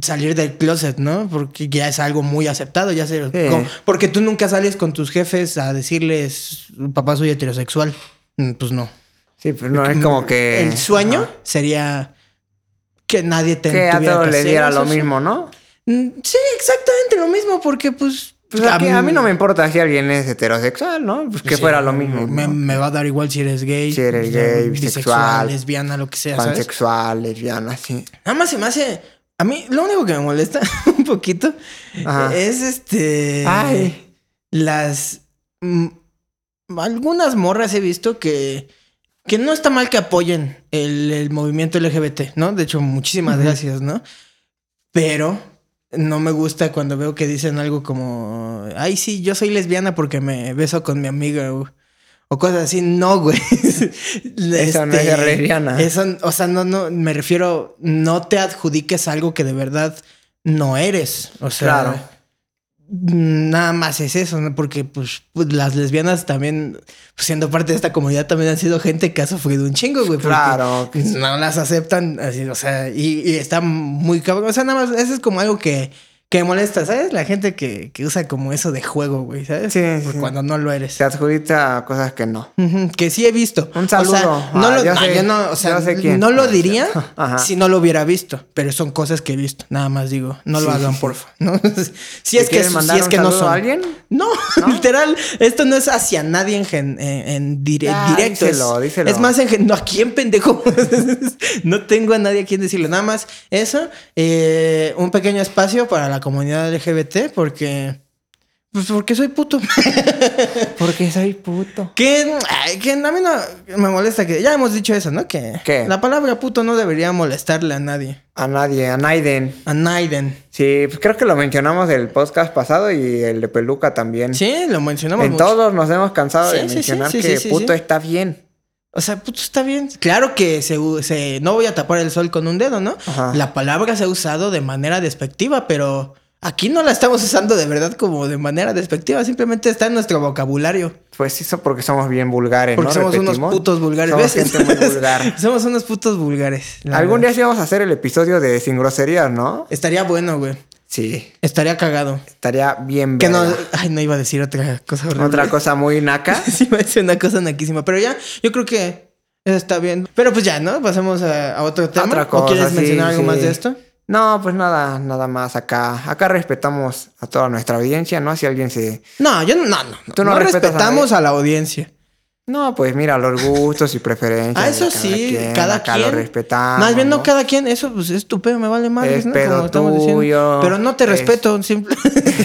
A: salir del closet, ¿no? Porque ya es algo muy aceptado, ya se...
B: Sí.
A: como- porque tú nunca sales con tus jefes a decirles, papá soy heterosexual. Mm, Pues no.
B: Sí, pero no es como que...
A: El sueño
B: Eh, Ajá.
A: sería que nadie te
B: Que a
A: tuviera
B: todos
A: que
B: les
A: hacer
B: diera
A: eso,
B: lo
A: sí.
B: mismo, ¿no?
A: Mm, Sí, exactamente lo mismo, porque pues...
B: Pues aquí a mí no me importa si alguien es heterosexual, ¿no? Pues que
A: Sí,
B: fuera lo mismo.
A: Me,
B: ¿no?
A: me va a dar igual si eres gay,
B: Si eres gay, bisexual,
A: lesbiana, lo que sea, ¿sabes?
B: Pansexual, lesbiana, sí.
A: Nada más se me hace. A mí, lo único que me molesta un poquito
B: Ajá.
A: es este.
B: Ay.
A: Las. mm, algunas morras he visto que. Que no está mal que apoyen el, el movimiento LGBT, ¿no? De hecho, muchísimas
B: Ujú.
A: gracias, ¿no? Pero no me gusta cuando veo que dicen algo como. Ay, sí, yo soy lesbiana porque me beso con mi amiga. O, o cosas así, no, güey. Este,
B: Eso no es ser lesbiana.
A: Eso, o sea, no, no, me refiero, no te adjudiques algo que de verdad no eres. O sea, mm,
B: Claro.
A: nada más es eso, ¿no? Porque pues, pues, las lesbianas también, pues, siendo parte de esta comunidad, también han sido gente que ha sufrido un chingo, güey. porque pues,
B: Claro.
A: No las aceptan, así, o sea, y, y está muy cabrón. O sea, nada más, eso es como algo que, que me molesta, ¿sabes? La gente que, que usa como eso de juego, güey, ¿sabes?
B: Sí,
A: Por
B: sí.
A: Cuando no lo eres.
B: Se adjudica a cosas que no.
A: Ujú, Que sí he visto.
B: Un saludo.
A: O sea, no
B: Ah,
A: lo,
B: yo
A: ah,
B: sé-
A: yo no, o sea,
B: yo sé quién.
A: no lo
B: Ah,
A: diría
B: Ajá.
A: si no lo hubiera visto, pero son cosas que he visto. Nada más digo, no lo
B: Sí,
A: hagan,
B: sí, sí.
A: porfa. ¿no? si es
B: ¿Le
A: que,
B: quieres
A: si
B: mandar
A: es
B: un
A: que no
B: saludo
A: son.
B: a alguien?
A: No, literal, esto no es hacia nadie en, gen- en- en dire-
B: Ya,
A: directo. es-
B: Ah, díselo, díselo.
A: Es más, en gen- no, ¿a quién pendejo? no tengo a nadie a quien decirlo. Nada más eso, eh, un pequeño espacio para la comunidad LGBT, porque. Pues porque soy puto.
B: Porque soy puto.
A: Que, ay, que a mí no me molesta que ya hemos dicho eso, ¿no? Que
B: ¿Qué?
A: la palabra puto no debería molestarle a nadie.
B: A nadie, a Naiden.
A: A Naiden.
B: Sí, pues creo que lo mencionamos el podcast pasado y el de Peluca también.
A: Sí, lo mencionamos.
B: en
A: mucho.
B: todos nos hemos cansado
A: Sí,
B: de
A: sí, sí,
B: mencionar
A: sí,
B: que
A: sí, sí, sí.
B: puto está bien.
A: O sea, puto está bien. Claro que se, u- se- no voy a tapar el sol con un dedo, ¿no?
B: Ajá.
A: La palabra se ha usado de manera despectiva, pero aquí no la estamos usando de verdad como de manera despectiva. Simplemente está en nuestro vocabulario.
B: Pues eso porque somos bien vulgares,
A: Porque
B: ¿no?
A: somos unos
B: Repetimos.
A: putos vulgares.
B: Somos
A: ¿ves?
B: gente muy vulgar.
A: somos unos putos vulgares. la
B: Algún
A: verdad.
B: día sí vamos a hacer el episodio de Sin Groserías, ¿no?
A: Estaría bueno, güey.
B: Sí.
A: Estaría cagado.
B: Estaría bien
A: Que no,
B: verga.
A: ay, no iba a decir otra cosa horrible.
B: Otra cosa muy naca.
A: Sí, iba a decir una cosa naquísima. Pero ya, yo creo que eso está bien. Pero pues ya, ¿no? Pasemos a, a otro tema.
B: Otra
A: ¿O
B: cosa,
A: quieres
B: sí,
A: mencionar algo
B: sí.
A: más de esto?
B: No, pues nada, nada más acá. Acá respetamos a toda nuestra audiencia, ¿no? Si alguien se...
A: No, yo no, no, no.
B: Tú no
A: No
B: respetas a
A: respetamos a, la audiencia.
B: No, pues mira, los gustos y preferencias.
A: Ah,
B: de
A: eso sí, cada
B: acá
A: quien.
B: lo respetamos.
A: más bien no, cada quien, eso pues es tu pedo, me vale madres,
B: Es
A: ¿no?
B: pedo tuyo,
A: Pero no te
B: es-
A: respeto, simple-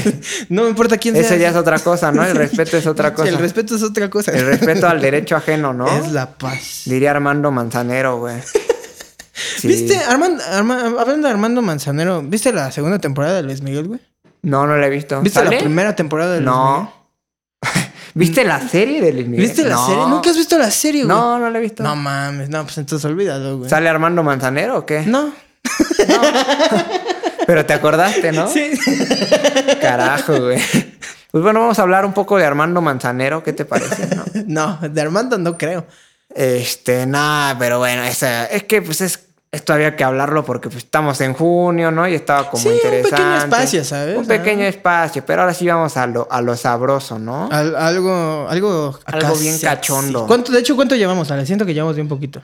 A: no me importa quién
B: Eso
A: sea.
B: ya es otra cosa, ¿no? El respeto es otra cosa.
A: El respeto es otra cosa.
B: El respeto al derecho ajeno, ¿no?
A: Es la paz.
B: Diría Armando Manzanero, güey. Sí.
A: ¿Viste, Armando, Arma- hablando de Armando Manzanero, ¿viste la segunda temporada de Luis Miguel, güey?
B: No, no lo he visto.
A: ¿Viste
B: ¿Sale?
A: la primera temporada de Luis
B: No. ¿Viste la serie de Luis Miguel?
A: Miguel? ¿Viste la
B: No.
A: serie? ¿Nunca has visto la serie, güey?
B: No, no la he visto.
A: No mames, no, pues entonces olvídalo, güey.
B: ¿Sale Armando Manzanero o qué?
A: No.
B: Pero te acordaste, ¿no?
A: Sí.
B: Carajo, güey. Pues bueno, vamos a hablar un poco de Armando Manzanero, ¿qué te parece? no?
A: No, de Armando no creo.
B: Este, nada, pero bueno, esa- es que pues es esto había que hablarlo porque pues, estamos en junio, ¿no? Y estaba como
A: Sí, un pequeño
B: interesante.
A: espacio, ¿sabes?
B: Un pequeño espacio, pero ahora sí vamos a lo, a lo sabroso, ¿no?
A: Ah, Al- algo, algo, acá
B: Algo bien
A: sexy.
B: cachondo.
A: ¿Cuánto, de hecho, ¿cuánto llevamos? Ale? Siento que llevamos bien poquito.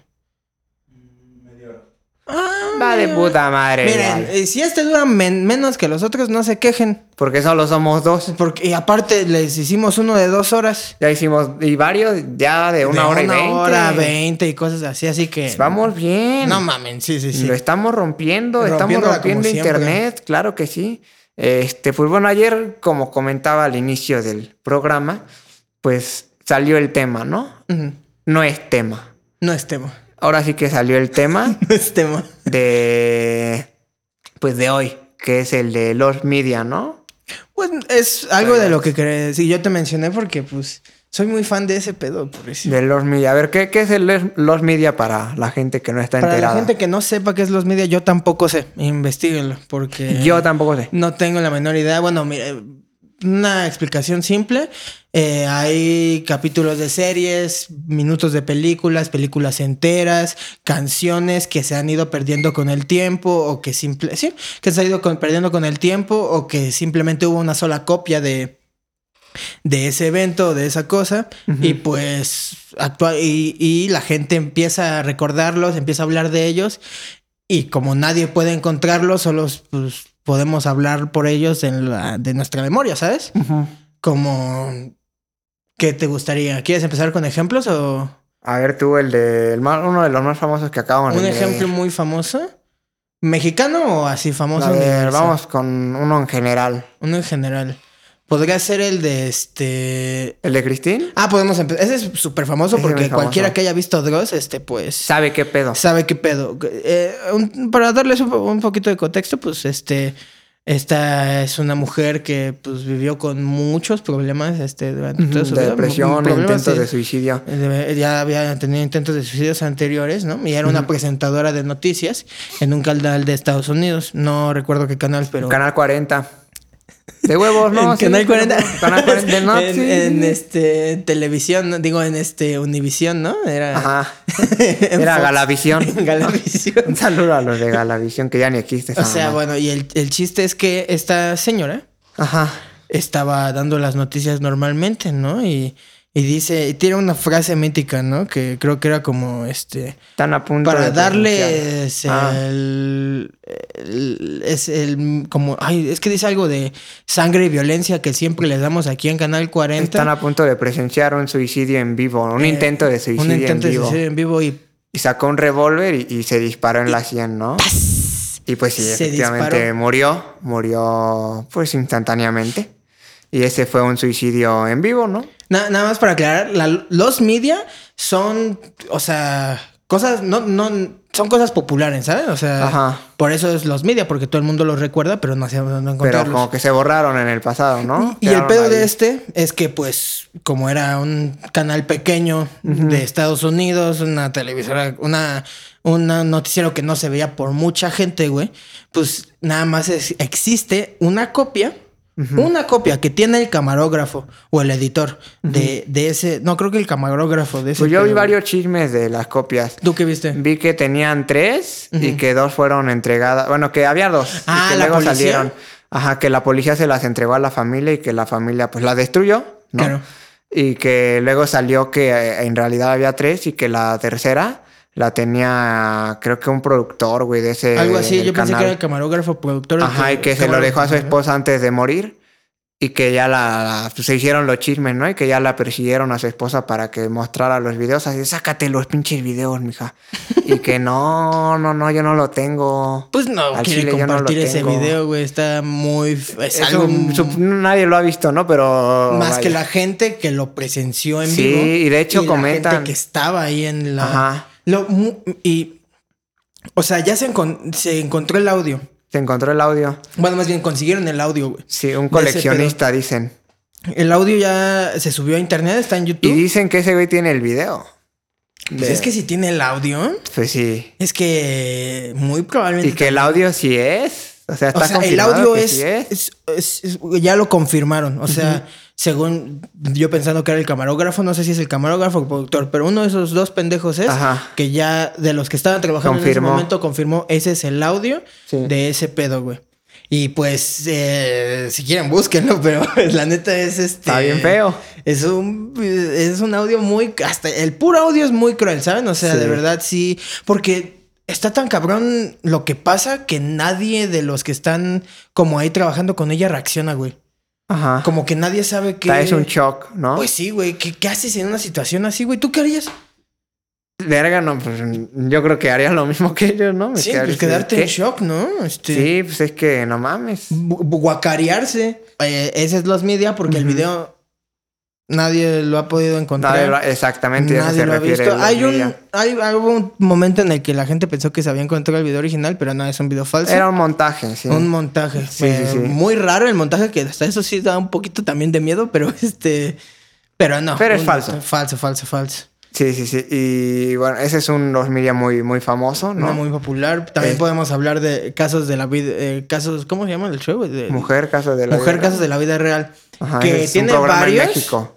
A: Ah,
B: Va de
A: mira.
B: puta madre.
A: Miren,
B: dale.
A: eh, si este dura men- menos que los otros, no se quejen.
B: Porque solo somos dos.
A: Porque y aparte les hicimos uno de dos horas.
B: Ya hicimos, y varios ya de una
A: De una
B: hora y veinte. Pues
A: hora veinte y cosas así, así que.
B: Vamos Mm. bien.
A: No mamen, sí, sí, sí.
B: Lo estamos rompiendo,
A: Rompiéndola
B: estamos
A: como
B: rompiendo
A: siempre.
B: internet, claro que sí. Este, pues bueno, ayer, como comentaba al inicio del programa, pues salió el tema, ¿no?
A: Ujú.
B: No es tema.
A: No es tema.
B: Ahora sí que salió el tema
A: No es tema.
B: de pues de hoy, que es el de los media, ¿no?
A: Pues es algo de lo que crees. Y yo te mencioné porque, pues, soy muy fan de ese pedo, por eso.
B: De los media. A ver, ¿qué, qué es el los media para la gente que no está
A: Para
B: enterada?
A: la gente que no sepa qué es los media, yo tampoco sé. Investíguenlo, porque.
B: Yo tampoco sé.
A: No tengo la menor idea. Bueno, mira, una explicación simple. Eh, hay capítulos de series, minutos de películas, películas enteras, canciones que se han ido perdiendo con el tiempo o que simple, sí, que se ha ido con- perdiendo con el tiempo o que simplemente hubo una sola copia de de ese evento, de esa cosa, y pues actua- y, y la gente empieza a recordarlos, empieza a hablar de ellos, y como nadie puede encontrarlos, solo pues, podemos hablar por ellos en la, de nuestra memoria, ¿sabes? Como, ¿qué te gustaría? ¿Quieres empezar con ejemplos o
B: A ver, tú, el de el más- uno de los más famosos que acabamos
A: un
B: de
A: ejemplo muy famoso? ¿Mexicano o así famoso?
B: A ver,
A: universal?
B: vamos con uno en general.
A: Uno en general. Podría ser el de este...
B: ¿El de Cristín?
A: Ah, podemos empezar. Ese es súper famoso
B: Ese es
A: porque
B: muy famoso.
A: cualquiera que haya visto Dross, este, pues...
B: ¿Sabe qué pedo?
A: sabe qué pedo. Eh, un- para darles un, po- un poquito de contexto, pues este, esta es una mujer que pues vivió con muchos problemas este, durante toda su
B: De
A: vida.
B: depresión,
A: Problemas
B: intentos
A: de-
B: de suicidio.
A: de- ya había tenido intentos de suicidios anteriores, ¿no? Y era una presentadora de noticias en un canal de Estados Unidos. No recuerdo qué canal, pero...
B: Canal 40. De huevos, ¿no?
A: en
B: Sí,
A: Canal 40.
B: Canal 40 de no,
A: en,
B: sí.
A: en, este televisión, ¿no? digo en este Univisión, ¿no? Era
B: Ajá.
A: en
B: Era
A: Fox.
B: Galavisión.
A: En Galavisión.
B: Un saludo a los de Galavisión, que ya ni existe. esa
A: O sea,
B: mamá.
A: bueno, y el, el chiste es que esta señora
B: Ajá.
A: estaba dando las noticias normalmente, ¿no? Y, y dice, y tiene una frase mítica, ¿no? Que creo que era como, este,
B: Están a punto
A: para
B: de renunciar.
A: darles
B: Ah.
A: el, el- es el, como, ay, es que dice algo de sangre y violencia que siempre les damos aquí en Canal 40.
B: Están a punto de presenciar un suicidio en vivo, un
A: Eh,
B: intento de suicidio
A: Un intento de
B: en vivo.
A: suicidio en vivo y
B: Y sacó un revólver y, y se disparó en la sien, ¿no? Y pues sí,
A: Se
B: efectivamente
A: disparó.
B: murió, murió pues instantáneamente. Y ese fue un suicidio en vivo, ¿no?
A: Na- nada más para aclarar, la- los media son, o sea, cosas, no, no, son cosas populares, ¿sabes? O sea,
B: Ajá.
A: por eso es los media, porque todo el mundo los recuerda, pero no hacemos no
B: Pero
A: encontrarlos.
B: como que se borraron en el pasado, Ah, ¿no?
A: Y el
B: Quedaron
A: pedo
B: ahí.
A: de este es que, pues, como era un canal pequeño de Estados Unidos, una televisora, una, una noticiero que no se veía por mucha gente, güey, pues nada más es- existe una copia, una copia que tiene el camarógrafo o el editor de, de ese. No, creo que el camarógrafo de ese.
B: Pues yo
A: pedo,
B: vi
A: güey.
B: varios chismes de las copias.
A: ¿Tú qué viste?
B: Vi que tenían tres y que dos fueron entregadas. Bueno, que había dos.
A: Ah,
B: y que
A: ¿la policía?
B: Ajá, que la policía se las entregó a la familia y que la familia pues las destruyó, ¿no?
A: Claro.
B: Y que luego salió que eh, en realidad había tres y que la tercera la tenía, creo que un productor, güey, de ese.
A: Algo así,
B: del
A: yo pensé que
B: canal.
A: era el camarógrafo productor. el
B: Ajá, y que se lo
A: camarógrafo,
B: dejó a su
A: ¿no?
B: esposa antes de morir. Y que ya la, la- se hicieron los chismes, ¿no? Y que ya la persiguieron a su esposa para que mostrara los videos. Así, sácate los pinches videos, mija. Y que no, no, no, yo no lo tengo.
A: Pues no,
B: Al
A: quiere
B: chile yo no lo
A: compartir ese
B: tengo.
A: video, güey. Está muy. Es
B: Eso,
A: algo
B: sup- nadie lo ha visto, ¿no? Pero.
A: Más
B: vaya.
A: que la gente que lo presenció en
B: Sí,
A: vivo.
B: y de hecho
A: la
B: comentan-
A: gente que estaba ahí en la.
B: Ajá.
A: Lo mu- y. O sea, ya se, encon- se encontró el audio.
B: Se encontró el audio.
A: Bueno, más bien consiguieron el audio, güey.
B: Sí, un
A: De ese
B: coleccionista, dicen.
A: El audio ya se subió a internet, está en
B: Y
A: YouTube.
B: dicen que ese güey tiene el video.
A: Pues es que si tiene el audio,
B: Pues sí.
A: es que muy
B: Y
A: probablemente.
B: que el audio sí es. O sea, está
A: o sea, el
B: confirmado
A: audio
B: que
A: es,
B: sí es.
A: es- es- es- Ya lo confirmaron. O sea, según yo pensando que era el camarógrafo, no sé si es el camarógrafo o el productor, pero uno de esos dos pendejos es
B: Ajá.
A: que ya de los que estaban trabajando en
B: Confirmó.
A: ese momento confirmó ese es el audio
B: Sí.
A: de ese pedo, güey. Y pues, eh, si quieren, búsquenlo, pero la neta es este.
B: Está bien feo.
A: Es un, es un audio muy. Hasta el puro audio es muy cruel, ¿saben? O sea,
B: Sí.
A: de verdad sí. Porque está tan cabrón lo que pasa que nadie de los que están como ahí trabajando con ella reacciona, güey.
B: Ajá.
A: Como que nadie sabe que.
B: Está, es un shock, ¿no?
A: Pues sí, güey. ¿Qué, qué haces en una situación así, güey? ¿Tú qué harías?
B: Verga, no, pues yo creo que haría lo mismo que ellos, ¿no? Me
A: Sí,
B: quedaría
A: pues
B: así de,
A: quedarte
B: ¿qué?
A: en shock, ¿no? Este,
B: Sí, pues es que no mames.
A: gu- Guacarearse. Eh, ese es los media porque el
B: Ujú.
A: video nadie lo ha podido encontrar.
B: Nadie lo- exactamente, a eso
A: Nadie
B: se
A: lo ha
B: refiere.
A: visto.
B: el
A: Hay un,
B: Media.
A: hay, hay- hubo un momento en el que la gente pensó que se había encontrado el video original, pero no, es un video falso.
B: Era un montaje, sí.
A: Un montaje.
B: Sí,
A: Eh,
B: sí, sí.
A: Muy raro el montaje, que hasta eso sí da un poquito también de miedo, pero este. Pero no.
B: Pero es
A: un-
B: falso.
A: Falso, falso, falso.
B: Sí, sí, sí. Y bueno, ese es un los media muy, muy famoso, ¿no?
A: No, muy popular. También
B: Eh.
A: podemos hablar de casos de la vida. eh, casos, ¿cómo se llama el show? güey? De-
B: Mujer, caso de la
A: Mujer,
B: vida.
A: casos de la vida real.
B: Ajá, ese
A: que
B: es un
A: tiene
B: programa en
A: varios.
B: México.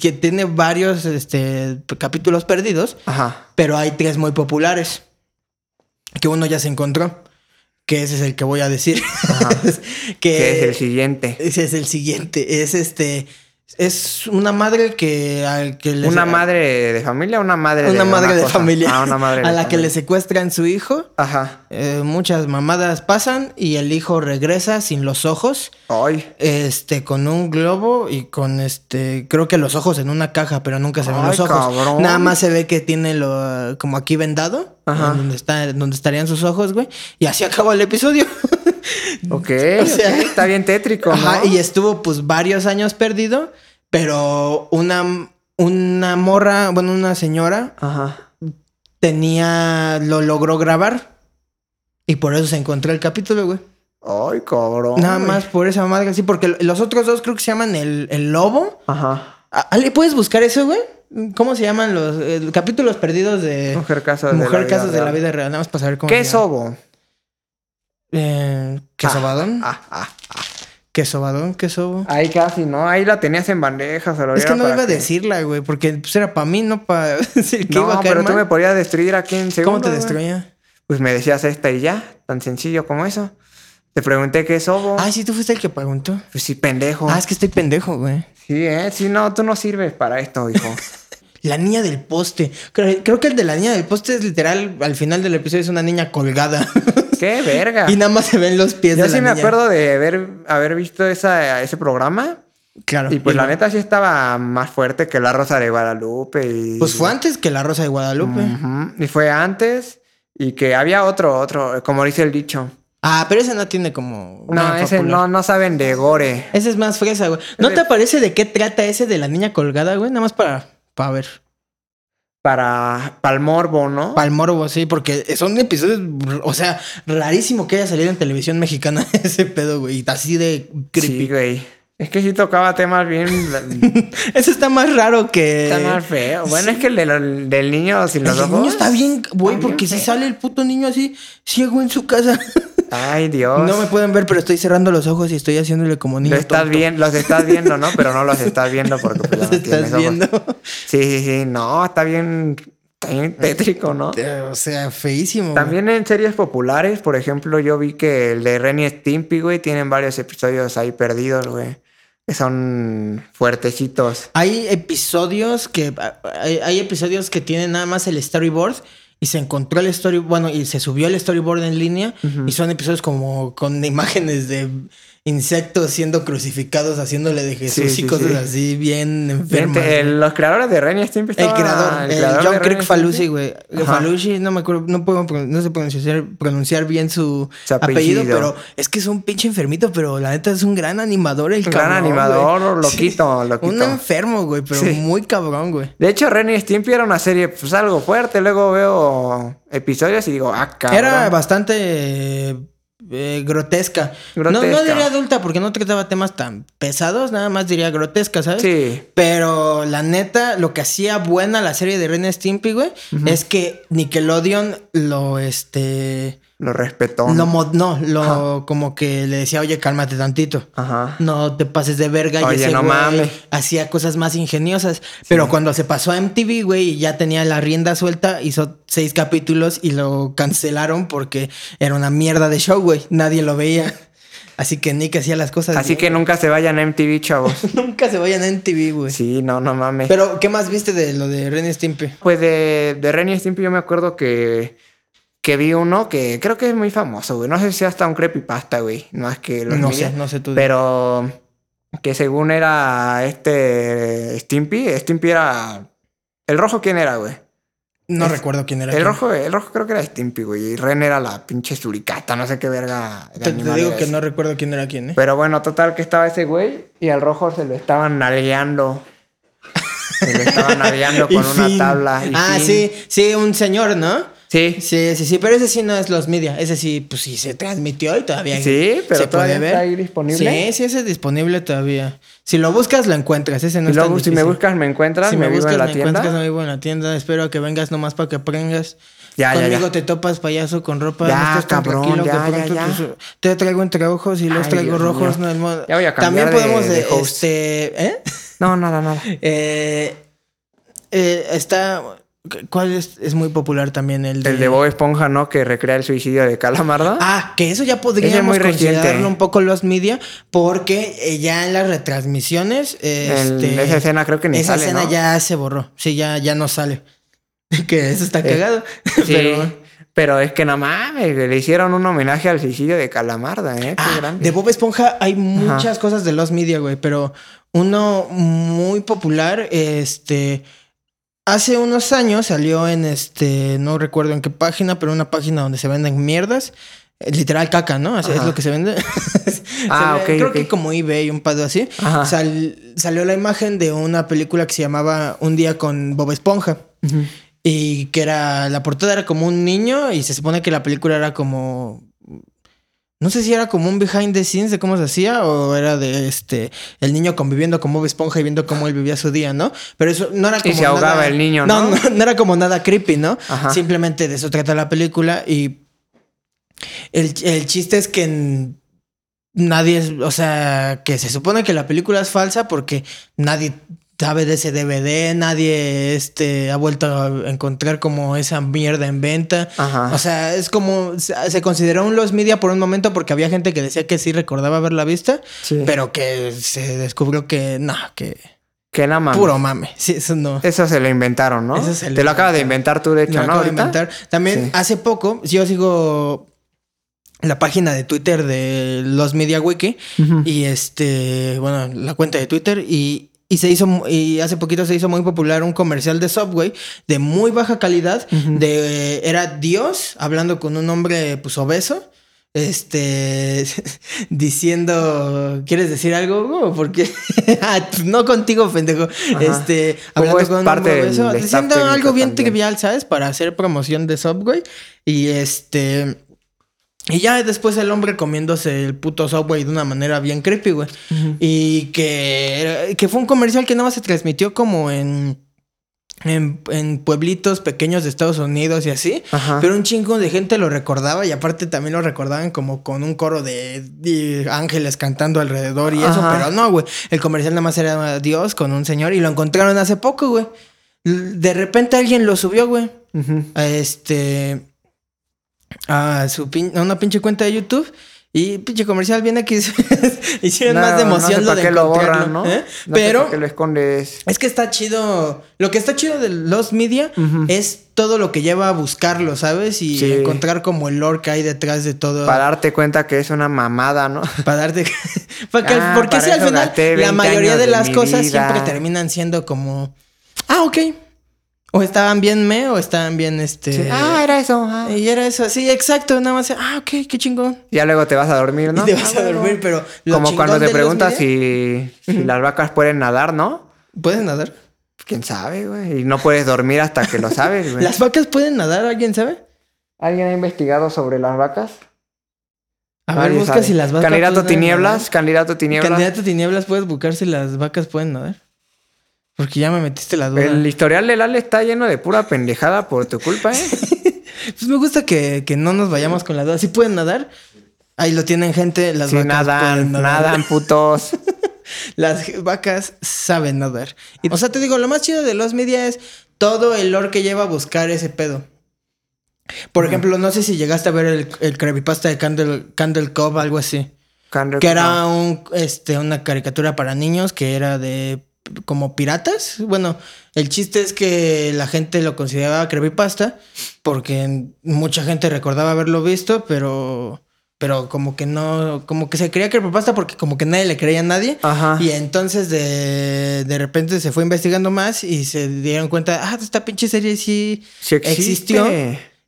A: Que tiene varios este, capítulos perdidos.
B: Ajá.
A: Pero hay tres muy populares. Que uno ya se encontró. Que ese es el que voy a decir. que
B: que es el siguiente.
A: ese es el siguiente. Es este. Es una madre que. al que le-
B: ¿Una madre de familia una madre de
A: Una madre de
B: cosa?
A: familia.
B: Ah, una madre
A: a
B: de
A: la que le
B: familia.
A: secuestran su hijo.
B: Ajá.
A: Eh, muchas mamadas pasan y el hijo regresa sin los ojos.
B: Ay.
A: Este, con un globo y con este, creo que los ojos en una caja, pero nunca se ven
B: Ay,
A: los ojos.
B: cabrón.
A: Nada más se ve que tiene lo, como aquí vendado,
B: Ajá.
A: en donde, está, donde estarían sus ojos, güey. Y así acaba el episodio.
B: Ok.
A: O sea-
B: ok, Está bien tétrico, ¿no?
A: Ajá, y estuvo pues varios años perdido, pero una, una morra, bueno, una señora
B: Ajá.
A: tenía, lo logró grabar. Y por eso se encontró el capítulo, güey.
B: Ay, cabrón.
A: Nada más por esa madre, sí, porque los otros dos creo que se llaman el, el lobo.
B: Ajá.
A: Ah, Ale, ¿puedes buscar eso, güey? ¿Cómo se llaman los eh, capítulos perdidos de
B: Mujer, casos de la
A: Mujer
B: vida
A: Casos de la
B: real.
A: Vida Real? Nada más para saber cómo.
B: ¿Qué
A: se llama.
B: sobo?
A: Eh, ¿Quesobadón?
B: Ah, ah.
A: ¿Quesobadón? ¿Quesobo?
B: Ahí casi, ¿no? Ahí la tenías en bandejas. se lo
A: es que
B: diera
A: no
B: para
A: iba a
B: que-
A: decirla, güey, porque pues, era para mí, no para decir que
B: No,
A: iba a caer
B: pero tú
A: mal.
B: me podías destruir aquí en
A: ¿Cómo
B: segundos.
A: te
B: güey.
A: destruía?
B: Pues me decías esta y ya. Tan sencillo como eso. Te pregunté qué sobo.
A: Ah, sí, tú fuiste el que preguntó.
B: Pues sí, pendejo.
A: Ah, es que estoy pendejo, güey.
B: Sí, ¿eh? Sí, no, tú no sirves para esto, hijo.
A: La niña del poste. Creo, creo que el de la niña del poste es literal, al final del episodio es una niña colgada.
B: ¡Qué verga!
A: y nada más se ven los pies
B: Yo
A: de la
B: sí me
A: niña.
B: acuerdo de haber, haber visto esa, ese programa.
A: Claro.
B: Y pues la neta sí estaba más fuerte que La Rosa de Guadalupe. Y...
A: Pues fue antes que la Rosa de
B: Ah.
A: Guadalupe.
B: Ujú, Y fue antes. Y que había otro, otro, como dice el dicho.
A: Ah, pero ese no tiene como.
B: No,
A: nada
B: ese
A: popular.
B: no, no saben de gore.
A: Ese es más fresa, güey. ¿No te parece de qué trata ese de la niña colgada, güey? Nada más para, para ver.
B: Para, para el morbo, ¿no?
A: Para el morbo, sí, porque son episodios. O sea, rarísimo que haya salido en televisión mexicana ese pedo, güey. y Así de creepy.
B: Sí, güey. Es que sí tocaba temas bien...
A: Ese está más raro que.
B: Está más feo. Bueno, es que el de lo- del niño sin
A: El
B: los
A: del
B: ojos...
A: niño está bien, güey, porque si
B: feo.
A: sale el puto niño así, ciego en su casa.
B: Ay, Dios.
A: No me pueden ver, pero estoy cerrando los ojos y estoy haciéndole como niño.
B: Lo estás
A: tonto.
B: bien- los estás viendo, ¿no? Pero no los estás viendo porque pues, ya
A: Los
B: no tienes
A: estás
B: ojos.
A: viendo.
B: Sí, sí, sí. No, está bien, está bien tétrico, ¿no?
A: O sea, feísimo. güey.
B: También en series populares, por ejemplo, yo vi que el de Ren y Stimpy, güey, tienen varios episodios ahí perdidos, güey. Que son fuertecitos.
A: Hay episodios que hay, hay episodios que tienen nada más el storyboard y se encontró el storyboard, bueno, y se subió el storyboard en línea y son episodios como con imágenes de insectos siendo crucificados haciéndole de Jesús
B: Sí, sí,
A: y cosas
B: sí.
A: así bien
B: Gente,
A: enfermas.
B: el- los creadores de Ren y Stimpy
A: El
B: estaban-
A: creador, el,
B: Ah, creador de
A: John
B: Ren y
A: Kirk
B: Stimpy.
A: Falusi, güey.
B: Ajá.
A: Falusi, no me acuerdo, no puedo pro- no sé pronunciar, pronunciar bien su,
B: Su
A: apellido.
B: apellido.
A: pero es que es un pinche enfermito, pero la neta es un gran animador, el
B: Un
A: cabrón.
B: gran animador,
A: güey.
B: loquito,
A: Sí.
B: loquito.
A: Un enfermo, güey, pero
B: Sí.
A: muy cabrón, güey.
B: De hecho, Ren y Stimpy era una serie, pues algo fuerte. Luego veo episodios y digo, ah, cabrón.
A: Era bastante eh, eh, grotesca. No, no
B: Grotesca.
A: diría adulta porque no trataba temas tan pesados, nada más diría grotesca, ¿sabes?
B: Sí.
A: Pero la neta, lo que hacía buena la serie de Ren y Stimpy, güey, es que Nickelodeon lo este
B: Lo respetó.
A: Lo mo- no, lo como que le decía, oye, cálmate tantito.
B: Ajá.
A: No te pases de verga.
B: Oye,
A: y ese
B: no
A: güey
B: mames.
A: Hacía cosas más ingeniosas. Pero cuando se pasó a MTV, güey, y ya tenía la rienda suelta, hizo seis capítulos y lo cancelaron porque era una mierda de show, güey. Nadie lo veía. Así que Nick hacía las cosas.
B: Así
A: bien.
B: que nunca se vayan a MTV, chavos.
A: nunca se vayan a MTV, güey.
B: sí, no, no mames.
A: Pero, ¿qué más viste de lo de Ren y Stimpy?
B: Pues de, de Ren y Stimpy yo me acuerdo que, que vi uno que creo que es muy famoso, güey. No sé si hasta un creepypasta, güey. Más que los
A: No
B: miles.
A: sé, no sé tú.
B: Pero que según era este Stimpy, Stimpy era... ¿El rojo quién era, güey?
A: no
B: es-
A: recuerdo quién era.
B: El
A: quién.
B: rojo, el rojo creo que era Stimpy, güey. Y Ren era la pinche suricata, no sé qué verga. de
A: Te, te
B: animal
A: digo
B: era
A: que
B: ese.
A: no recuerdo quién era quién, ¿eh?
B: Pero bueno, total que estaba ese güey y al rojo se lo estaban nalgueando. Se lo estaban nalgueando
A: Y
B: con una
A: fin.
B: tabla. y
A: Ah,
B: fin.
A: sí, sí, un señor, ¿no?
B: Sí,
A: Sí, sí, sí, pero ese sí no es los media. Ese sí, pues sí, se transmitió y todavía.
B: Sí, pero
A: se
B: todavía está ahí disponible.
A: Sí, sí, ese es disponible todavía. Si lo buscas, lo encuentras. Ese no
B: Si
A: es
B: lo
A: tan
B: bus- si me
A: difícil.
B: buscas, me encuentras,
A: Si
B: me,
A: me
B: vivo
A: buscas,
B: en la
A: me
B: tienda.
A: encuentras, me vivo en la tienda. Espero que vengas nomás para que aprendas.
B: Ya, ya,
A: Conmigo
B: ya.
A: te topas, payaso, con ropa.
B: Ya,
A: no estés tan
B: cabrón,
A: tranquilo, que
B: ya, ya,
A: pronto
B: ya.
A: tus- te traigo entre ojos y los
B: Ay,
A: traigo
B: Dios
A: rojos.
B: mío.
A: No, el modo-
B: Ya voy a
A: También
B: cambiar de-
A: podemos,
B: de
A: eh,
B: host.
A: este, ¿eh?
B: No, nada, nada.
A: Eh, eh, está. ¿Cuál es, es muy popular también? El de.
B: El de Bob Esponja, ¿no? Que recrea el suicidio de Calamardo.
A: Ah, que eso ya
B: Ese es
A: podríamos
B: muy reciente.
A: considerarlo un poco los media, porque eh, ya en las retransmisiones.
B: En
A: este,
B: esa escena creo que ni
A: esa
B: sale,
A: escena
B: ¿no?
A: ya se borró. Sí, ya, ya no sale. que eso está cagado.
B: Eh, Sí,
A: Pero.
B: pero... es que no mames, le hicieron un homenaje al suicidio de Calamardo, ¿eh? Qué
A: Ah,
B: grande.
A: de Bob Esponja hay muchas cosas de los media, güey, pero uno muy popular, este, hace unos años salió en este, no recuerdo en qué página, pero una página donde se venden mierdas, eh, literal caca, ¿no? Así es
B: Ajá.
A: lo que se vende.
B: Ah,
A: Se
B: ok,
A: creo
B: ok.
A: que como eBay, un pado así.
B: Ajá.
A: Sal- salió la imagen de una película que se llamaba Un día con Bob Esponja.
B: Ujú.
A: Y que era. La portada era como un niño y se supone que la película era como. No sé si era como un behind the scenes de cómo se hacía o era de este. El niño conviviendo con Bob Esponja y viendo cómo él vivía su día, ¿no? Pero eso no era
B: Y
A: como.
B: se ahogaba
A: nada-
B: el niño, ¿no?
A: No, no era como nada creepy, ¿no?
B: Ajá.
A: Simplemente de eso trata la película y. El, el chiste es que en- nadie, es- o sea, que se supone que la película es falsa porque nadie sabe de ese DVD, nadie este, ha vuelto a encontrar como esa mierda en venta.
B: Ajá.
A: O sea, es como, se se consideró un los media por un momento porque había gente que decía que sí recordaba haberla vista,
B: Sí.
A: pero que se descubrió que, no, que
B: Que no mames.
A: puro mame. Sí, eso no.
B: Eso se lo inventaron, ¿no?
A: Eso se lo
B: Te lo acabas de inventar tú,
A: Me
B: de hecho, ¿no?
A: acabo de
B: Ahorita.
A: inventar. También
B: Sí.
A: hace poco, yo sigo la página de Twitter de los Media Wiki
B: Ujú.
A: y este, bueno, la cuenta de Twitter y, y se hizo mu- y hace poquito se hizo muy popular un comercial de Subway de muy baja calidad de era Dios hablando con un hombre pues obeso. Este diciendo, ¿quieres decir algo? Porque Ah, pues, no contigo, pendejo. Este,
B: Como
A: hablando
B: es
A: con un
B: parte
A: hombre
B: del
A: obeso,
B: staff
A: diciendo
B: técnico
A: algo bien
B: también.
A: trivial, ¿sabes? Para hacer promoción de Subway y este y ya después el hombre comiéndose el puto Subway de una manera bien creepy, güey. Y que, era- que fue un comercial que nada más se transmitió como en, en, en pueblitos pequeños de Estados Unidos y así.
B: Ajá.
A: Pero un chingo de gente lo recordaba y aparte también lo recordaban como con un coro de, de ángeles cantando alrededor y eso.
B: Ajá.
A: Pero no, güey. El comercial nada más era Dios con un señor y lo encontraron hace poco, güey. L- De repente alguien lo subió, güey
B: Ujú.
A: a este a su pin- a una pinche cuenta de YouTube y pinche comercial viene que hicieron
B: No,
A: más de
B: no
A: emoción
B: sé
A: lo
B: para
A: de
B: qué lo
A: encontrarlo,
B: borran, ¿no?
A: ¿eh?
B: No sé
A: Pero
B: para qué lo escondes.
A: es que está chido. Lo que está chido de los media
B: Ujú.
A: es todo lo que lleva a buscarlo, ¿sabes? Y
B: Sí.
A: encontrar como el lore que hay detrás de todo.
B: Para darte cuenta que es una mamada, ¿no?
A: Para darte. para que al-
B: Ah,
A: porque
B: para
A: sí, al
B: eso
A: final,
B: gasté
A: la
B: 20
A: mayoría
B: años
A: de
B: de
A: las
B: mi
A: cosas
B: vida.
A: siempre terminan siendo como. Ah, ok. O estaban bien me, o estaban bien este.
B: Ah, era eso. ah.
A: Y era eso, sí, exacto, nada más, ah, ok, qué chingón.
B: Ya luego te vas a dormir, ¿no?
A: Y te vas
B: Ah,
A: a
B: bueno.
A: dormir, pero... lo
B: Como
A: chingón
B: cuando
A: de los
B: te preguntas
A: media-
B: si, si las vacas pueden nadar, ¿no?
A: ¿Pueden nadar?
B: ¿Quién sabe, güey? Y no puedes dormir hasta que lo sabes, güey.
A: ¿Las vacas pueden nadar? ¿Alguien sabe?
B: ¿Alguien ha investigado sobre las vacas?
A: A
B: Nadie
A: ver, busca
B: sabe.
A: si las vacas
B: Candidato
A: pueden
B: Tinieblas, candidato
A: nadar.
B: Tinieblas.
A: Candidato Tinieblas, ¿puedes buscar si las vacas pueden nadar? Porque ya me metiste la duda.
B: El historial del Ale está lleno de pura pendejada por tu culpa, ¿eh?
A: Pues me gusta que, que no nos vayamos con la duda. Si pueden nadar, ahí lo tienen gente. Las
B: Sí,
A: vacas
B: nadan,
A: pueden nadar.
B: nadan, putos.
A: Las vacas saben nadar. Y, o sea, te digo, lo más chido de los media es todo el lore que lleva a buscar ese pedo. Por ejemplo, no sé si llegaste a ver el, el creepypasta de Candle, Candle Cove, algo así.
B: Candle-
A: Que era un, este, una caricatura para niños que era de p- como piratas. Bueno, el chiste es que la gente lo consideraba creepypasta porque mucha gente recordaba haberlo visto, pero, pero como que no, como que se creía creepypasta porque como que nadie le creía a nadie.
B: Ajá.
A: Y entonces de, de repente se fue investigando más y se dieron cuenta, ah, esta pinche serie sí
B: Sí existe.
A: existió.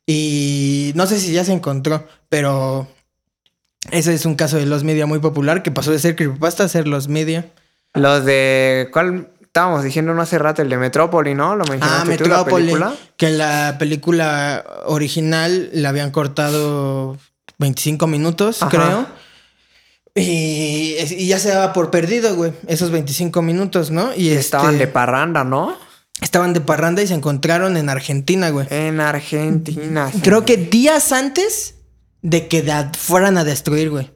A: Y no sé si ya se encontró, pero ese es un caso de los media muy popular que pasó de ser creepypasta a ser los media.
B: Los de. ¿Cuál estábamos diciendo no hace rato? El de Metrópoli, ¿no? Lo
A: Ah,
B: mencionaste tú, la
A: Metrópoli,
B: película.
A: que la película original la habían cortado 25 minutos,
B: Ajá.
A: creo. Y, y ya se daba por perdido, güey, esos 25 minutos, ¿no? Y
B: Estaban
A: este,
B: de parranda, ¿no?
A: estaban de parranda y se encontraron en Argentina, güey.
B: En Argentina. sí.
A: Creo que días antes de que la fueran a destruir, güey.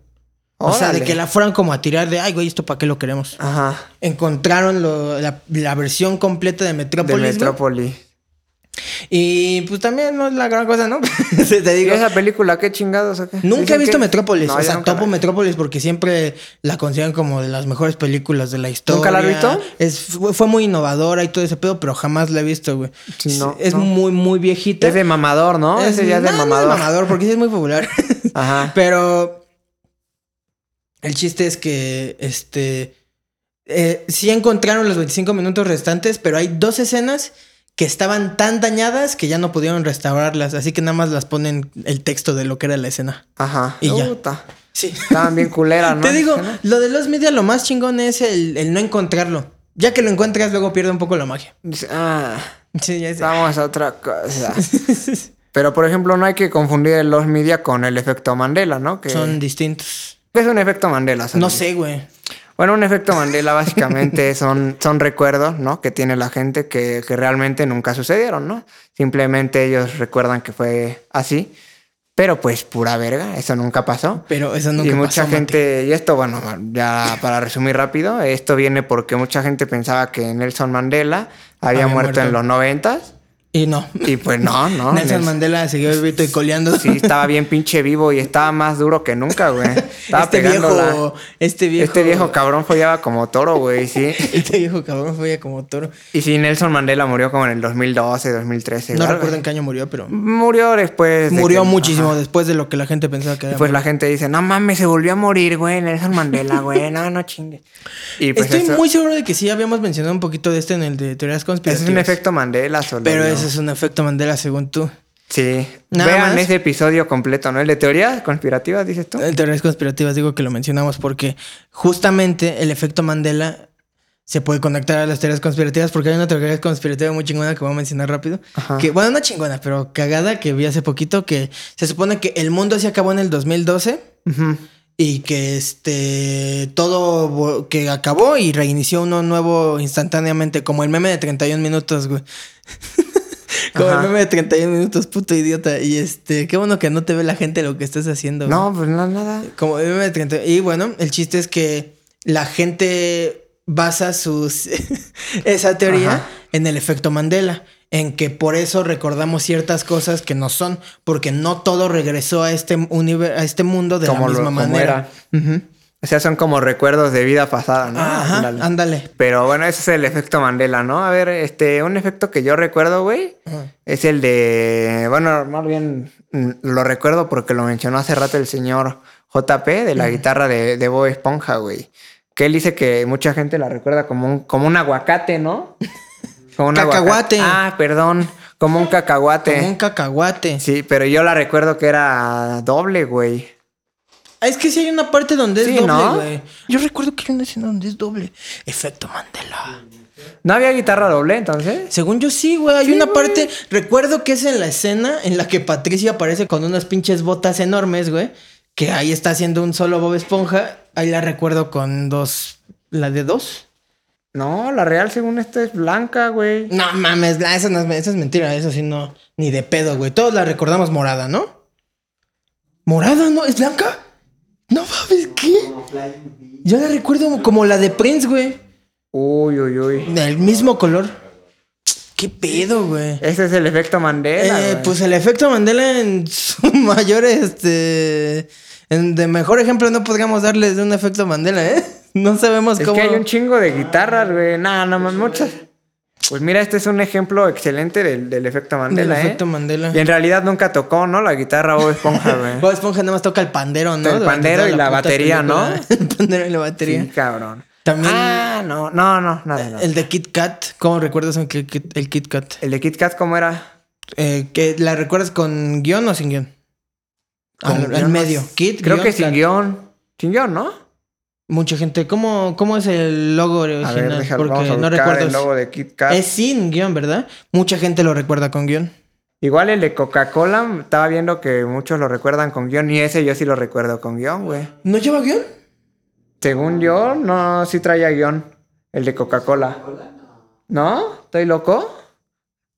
A: O sea, de
B: Órale.
A: que la fueran como a tirar de, ay, güey, ¿esto para qué lo queremos?
B: Ajá.
A: Encontraron lo- la, la versión completa de
B: De
A: Metrópolis. güey.
B: Metrópoli.
A: Y pues también no es la gran cosa, ¿no? Te
B: ¿Y
A: digo,
B: esa película qué chingados? o qué?
A: nunca
B: Dicen
A: he visto
B: que-
A: Metrópolis.
B: No,
A: o
B: yo
A: sea,
B: nunca
A: topo
B: la-
A: Metrópolis porque siempre la consideran como de las mejores películas de la historia.
B: ¿Nunca la has visto?
A: Es, fue, fue muy innovadora y todo ese pedo, pero jamás la he visto, güey.
B: Sí, no,
A: es
B: no.
A: muy, muy viejita.
B: Es de mamador, ¿no?
A: Es-
B: Ese ya es de
A: no, no
B: mamador.
A: porque sí es muy popular.
B: Ajá.
A: Pero el chiste es que este eh, sí encontraron los 25 minutos restantes, pero hay dos escenas que estaban tan dañadas que ya no pudieron restaurarlas, así que nada más las ponen el texto de lo que era la escena.
B: Ajá.
A: Y ya.
B: Puta.
A: Sí.
B: Estaban bien culeras, ¿no?
A: Te digo, lo de los media lo más chingón es el, el no encontrarlo. Ya que lo encuentras, luego pierde un poco la magia.
B: Ah,
A: Sí, ya sé.
B: vamos a otra cosa. Pero, por ejemplo, no hay que confundir el los media con el efecto Mandela, ¿no? Que
A: Son distintos.
B: ¿Qué es Pues un efecto Mandela? Sandy?
A: No sé, güey.
B: Bueno, un efecto Mandela básicamente son, son recuerdos, ¿no? Que tiene la gente que, que realmente nunca sucedieron, ¿no? Simplemente ellos recuerdan que fue así. Pero pues pura verga, eso nunca pasó.
A: Pero eso nunca
B: y
A: pasó,
B: mucha
A: Mati.
B: gente, y esto, bueno, ya para resumir rápido, esto viene porque mucha gente pensaba que Nelson Mandela había,
A: Había
B: muerto,
A: muerto.
B: en los noventas.
A: Y no.
B: Y pues no, no.
A: Nelson
B: Nels-
A: Mandela siguió vivito y coleando.
B: Sí, estaba bien pinche vivo y estaba más duro que nunca, güey. Estaba
A: este
B: pegando
A: viejo,
B: la-
A: este viejo.
B: Este viejo cabrón follaba como toro, güey, sí.
A: Este viejo cabrón fue ya como toro.
B: Y sí, Nelson Mandela murió como en el 2012, 2013.
A: No
B: algo
A: recuerdo en
B: así.
A: qué año murió, pero.
B: Murió después. de
A: Murió
B: que-
A: muchísimo después de lo que la gente pensaba que
B: Y
A: era.
B: pues la gente dice, no mames, se volvió a morir, güey, Nelson Mandela, güey, no, no chingue. Y pues
A: Estoy
B: eso-
A: muy seguro de que sí habíamos mencionado un poquito de este en el de teorías
B: Ese
A: conspirativas.
B: es un efecto Mandela solo.
A: Pero
B: ¿no?
A: ese es un efecto Mandela, según tú.
B: Sí.
A: Nada
B: Vean
A: más. Eh,
B: ese episodio completo, ¿no? El de teorías conspirativas, dices tú.
A: En teorías conspirativas digo que lo mencionamos porque justamente el efecto Mandela se puede conectar a las teorías conspirativas porque hay una teoría conspirativa muy chingona que voy a mencionar rápido.
B: Ajá.
A: Que, bueno, no chingona, pero cagada que vi hace poquito que se supone que el mundo se acabó en el 2012.
B: Ujú.
A: Y que este todo vo- que acabó y reinició uno nuevo instantáneamente, como el meme de 31 minutos, güey. como
B: Ajá.
A: el meme de 31 minutos, puto idiota. Y este, qué bueno que no te ve la gente lo que estás haciendo. güey.
B: No, pues no, nada.
A: Como el meme de 30. Y bueno, el chiste es que la gente basa sus esa teoría
B: Ajá.
A: en el efecto Mandela, en que por eso recordamos ciertas cosas que no son, porque no todo regresó a este univer- a este mundo de
B: Como
A: la
B: lo-
A: misma
B: como
A: manera. Ujú.
B: O sea, son como recuerdos de vida pasada, ¿no?
A: Ajá,
B: Ándale.
A: ándale.
B: Pero bueno, ese es el efecto Mandela, ¿no? A ver, este, un efecto que yo recuerdo, güey,
A: Ajá.
B: es el de. Bueno, más bien mm, lo recuerdo porque lo mencionó hace rato el señor JP de la guitarra de, de Bob Esponja, güey. Que él dice que mucha gente la recuerda como un, como un aguacate, ¿no? Como un aguacate.
A: Cacahuate.
B: Ah, perdón. Como un cacahuate.
A: Como un cacahuate.
B: Sí, pero yo la recuerdo que era doble, güey.
A: Ah, Es que sí hay una parte donde es
B: Sí,
A: doble,
B: ¿no?
A: güey. Yo recuerdo que hay una escena donde es doble. Efecto Mandela.
B: ¿No había guitarra doble entonces?
A: Según yo sí, güey. Hay una parte, recuerdo que es en la escena en la que Patricia aparece con unas pinches botas enormes, güey. Que ahí está haciendo un solo Bob Esponja. Ahí la recuerdo con dos. ¿La de dos?
B: No, la real según esto es blanca, güey.
A: No mames, la- esa, no es, esa es mentira, eso sí no, ni de pedo, güey. Todos la recordamos morada, ¿no? ¿Morada no? ¿Es blanca? No mames, ¿qué? Yo la recuerdo como la de Prince, güey.
B: Uy, uy, uy.
A: Del mismo color. ¿Qué pedo, güey?
B: Ese es el efecto Mandela.
A: Eh,
B: güey.
A: pues el efecto Mandela en su mayor, este... en- de mejor ejemplo no podríamos darles de un efecto Mandela, ¿eh? No sabemos
B: es
A: cómo...
B: que hay un chingo de guitarras, güey. Nada, no mames, muchas. Pues mira, este es un ejemplo excelente del, del efecto
A: del
B: Mandela,
A: efecto
B: ¿eh?
A: Mandela.
B: Y en realidad nunca tocó, ¿no? La guitarra o esponja, güey.
A: Bob Esponja nada más toca el pandero, ¿no?
B: El
A: Durante
B: pandero
A: toda
B: y la
A: puta
B: batería, ¿no?
A: película. el pandero y la batería.
B: Sí, cabrón.
A: También-
B: Ah, no, no, no, nada, nada.
A: El de Kit Kat, ¿cómo recuerdas el Kit, Kit- el Kit Kat?
B: El de Kit Kat, ¿cómo era?
A: Eh, ¿que ¿La recuerdas con guión o sin guión?
B: Con
A: Al, al
B: guión,
A: Ah,
B: no
A: medio.
B: sé.
A: Kit,
B: Creo que
A: guión,
B: sin
A: Kat.
B: guión. Sin guión, ¿no?
A: Mucha gente. ¿Cómo, ¿Cómo es el logo
B: A
A: original?
B: ver, déjalo, vamos a
A: Porque no
B: buscar
A: recuerdo.
B: el logo de Kit Kat.
A: Es sin guión, ¿verdad? Mucha gente lo recuerda con guión.
B: Igual el de Coca-Cola, estaba viendo que muchos lo recuerdan con guión y ese yo sí lo recuerdo con guión, güey.
A: ¿No lleva guión?
B: Según yo, no, sí traía guión. El de Coca-Cola. ¿No? ¿Estoy loco?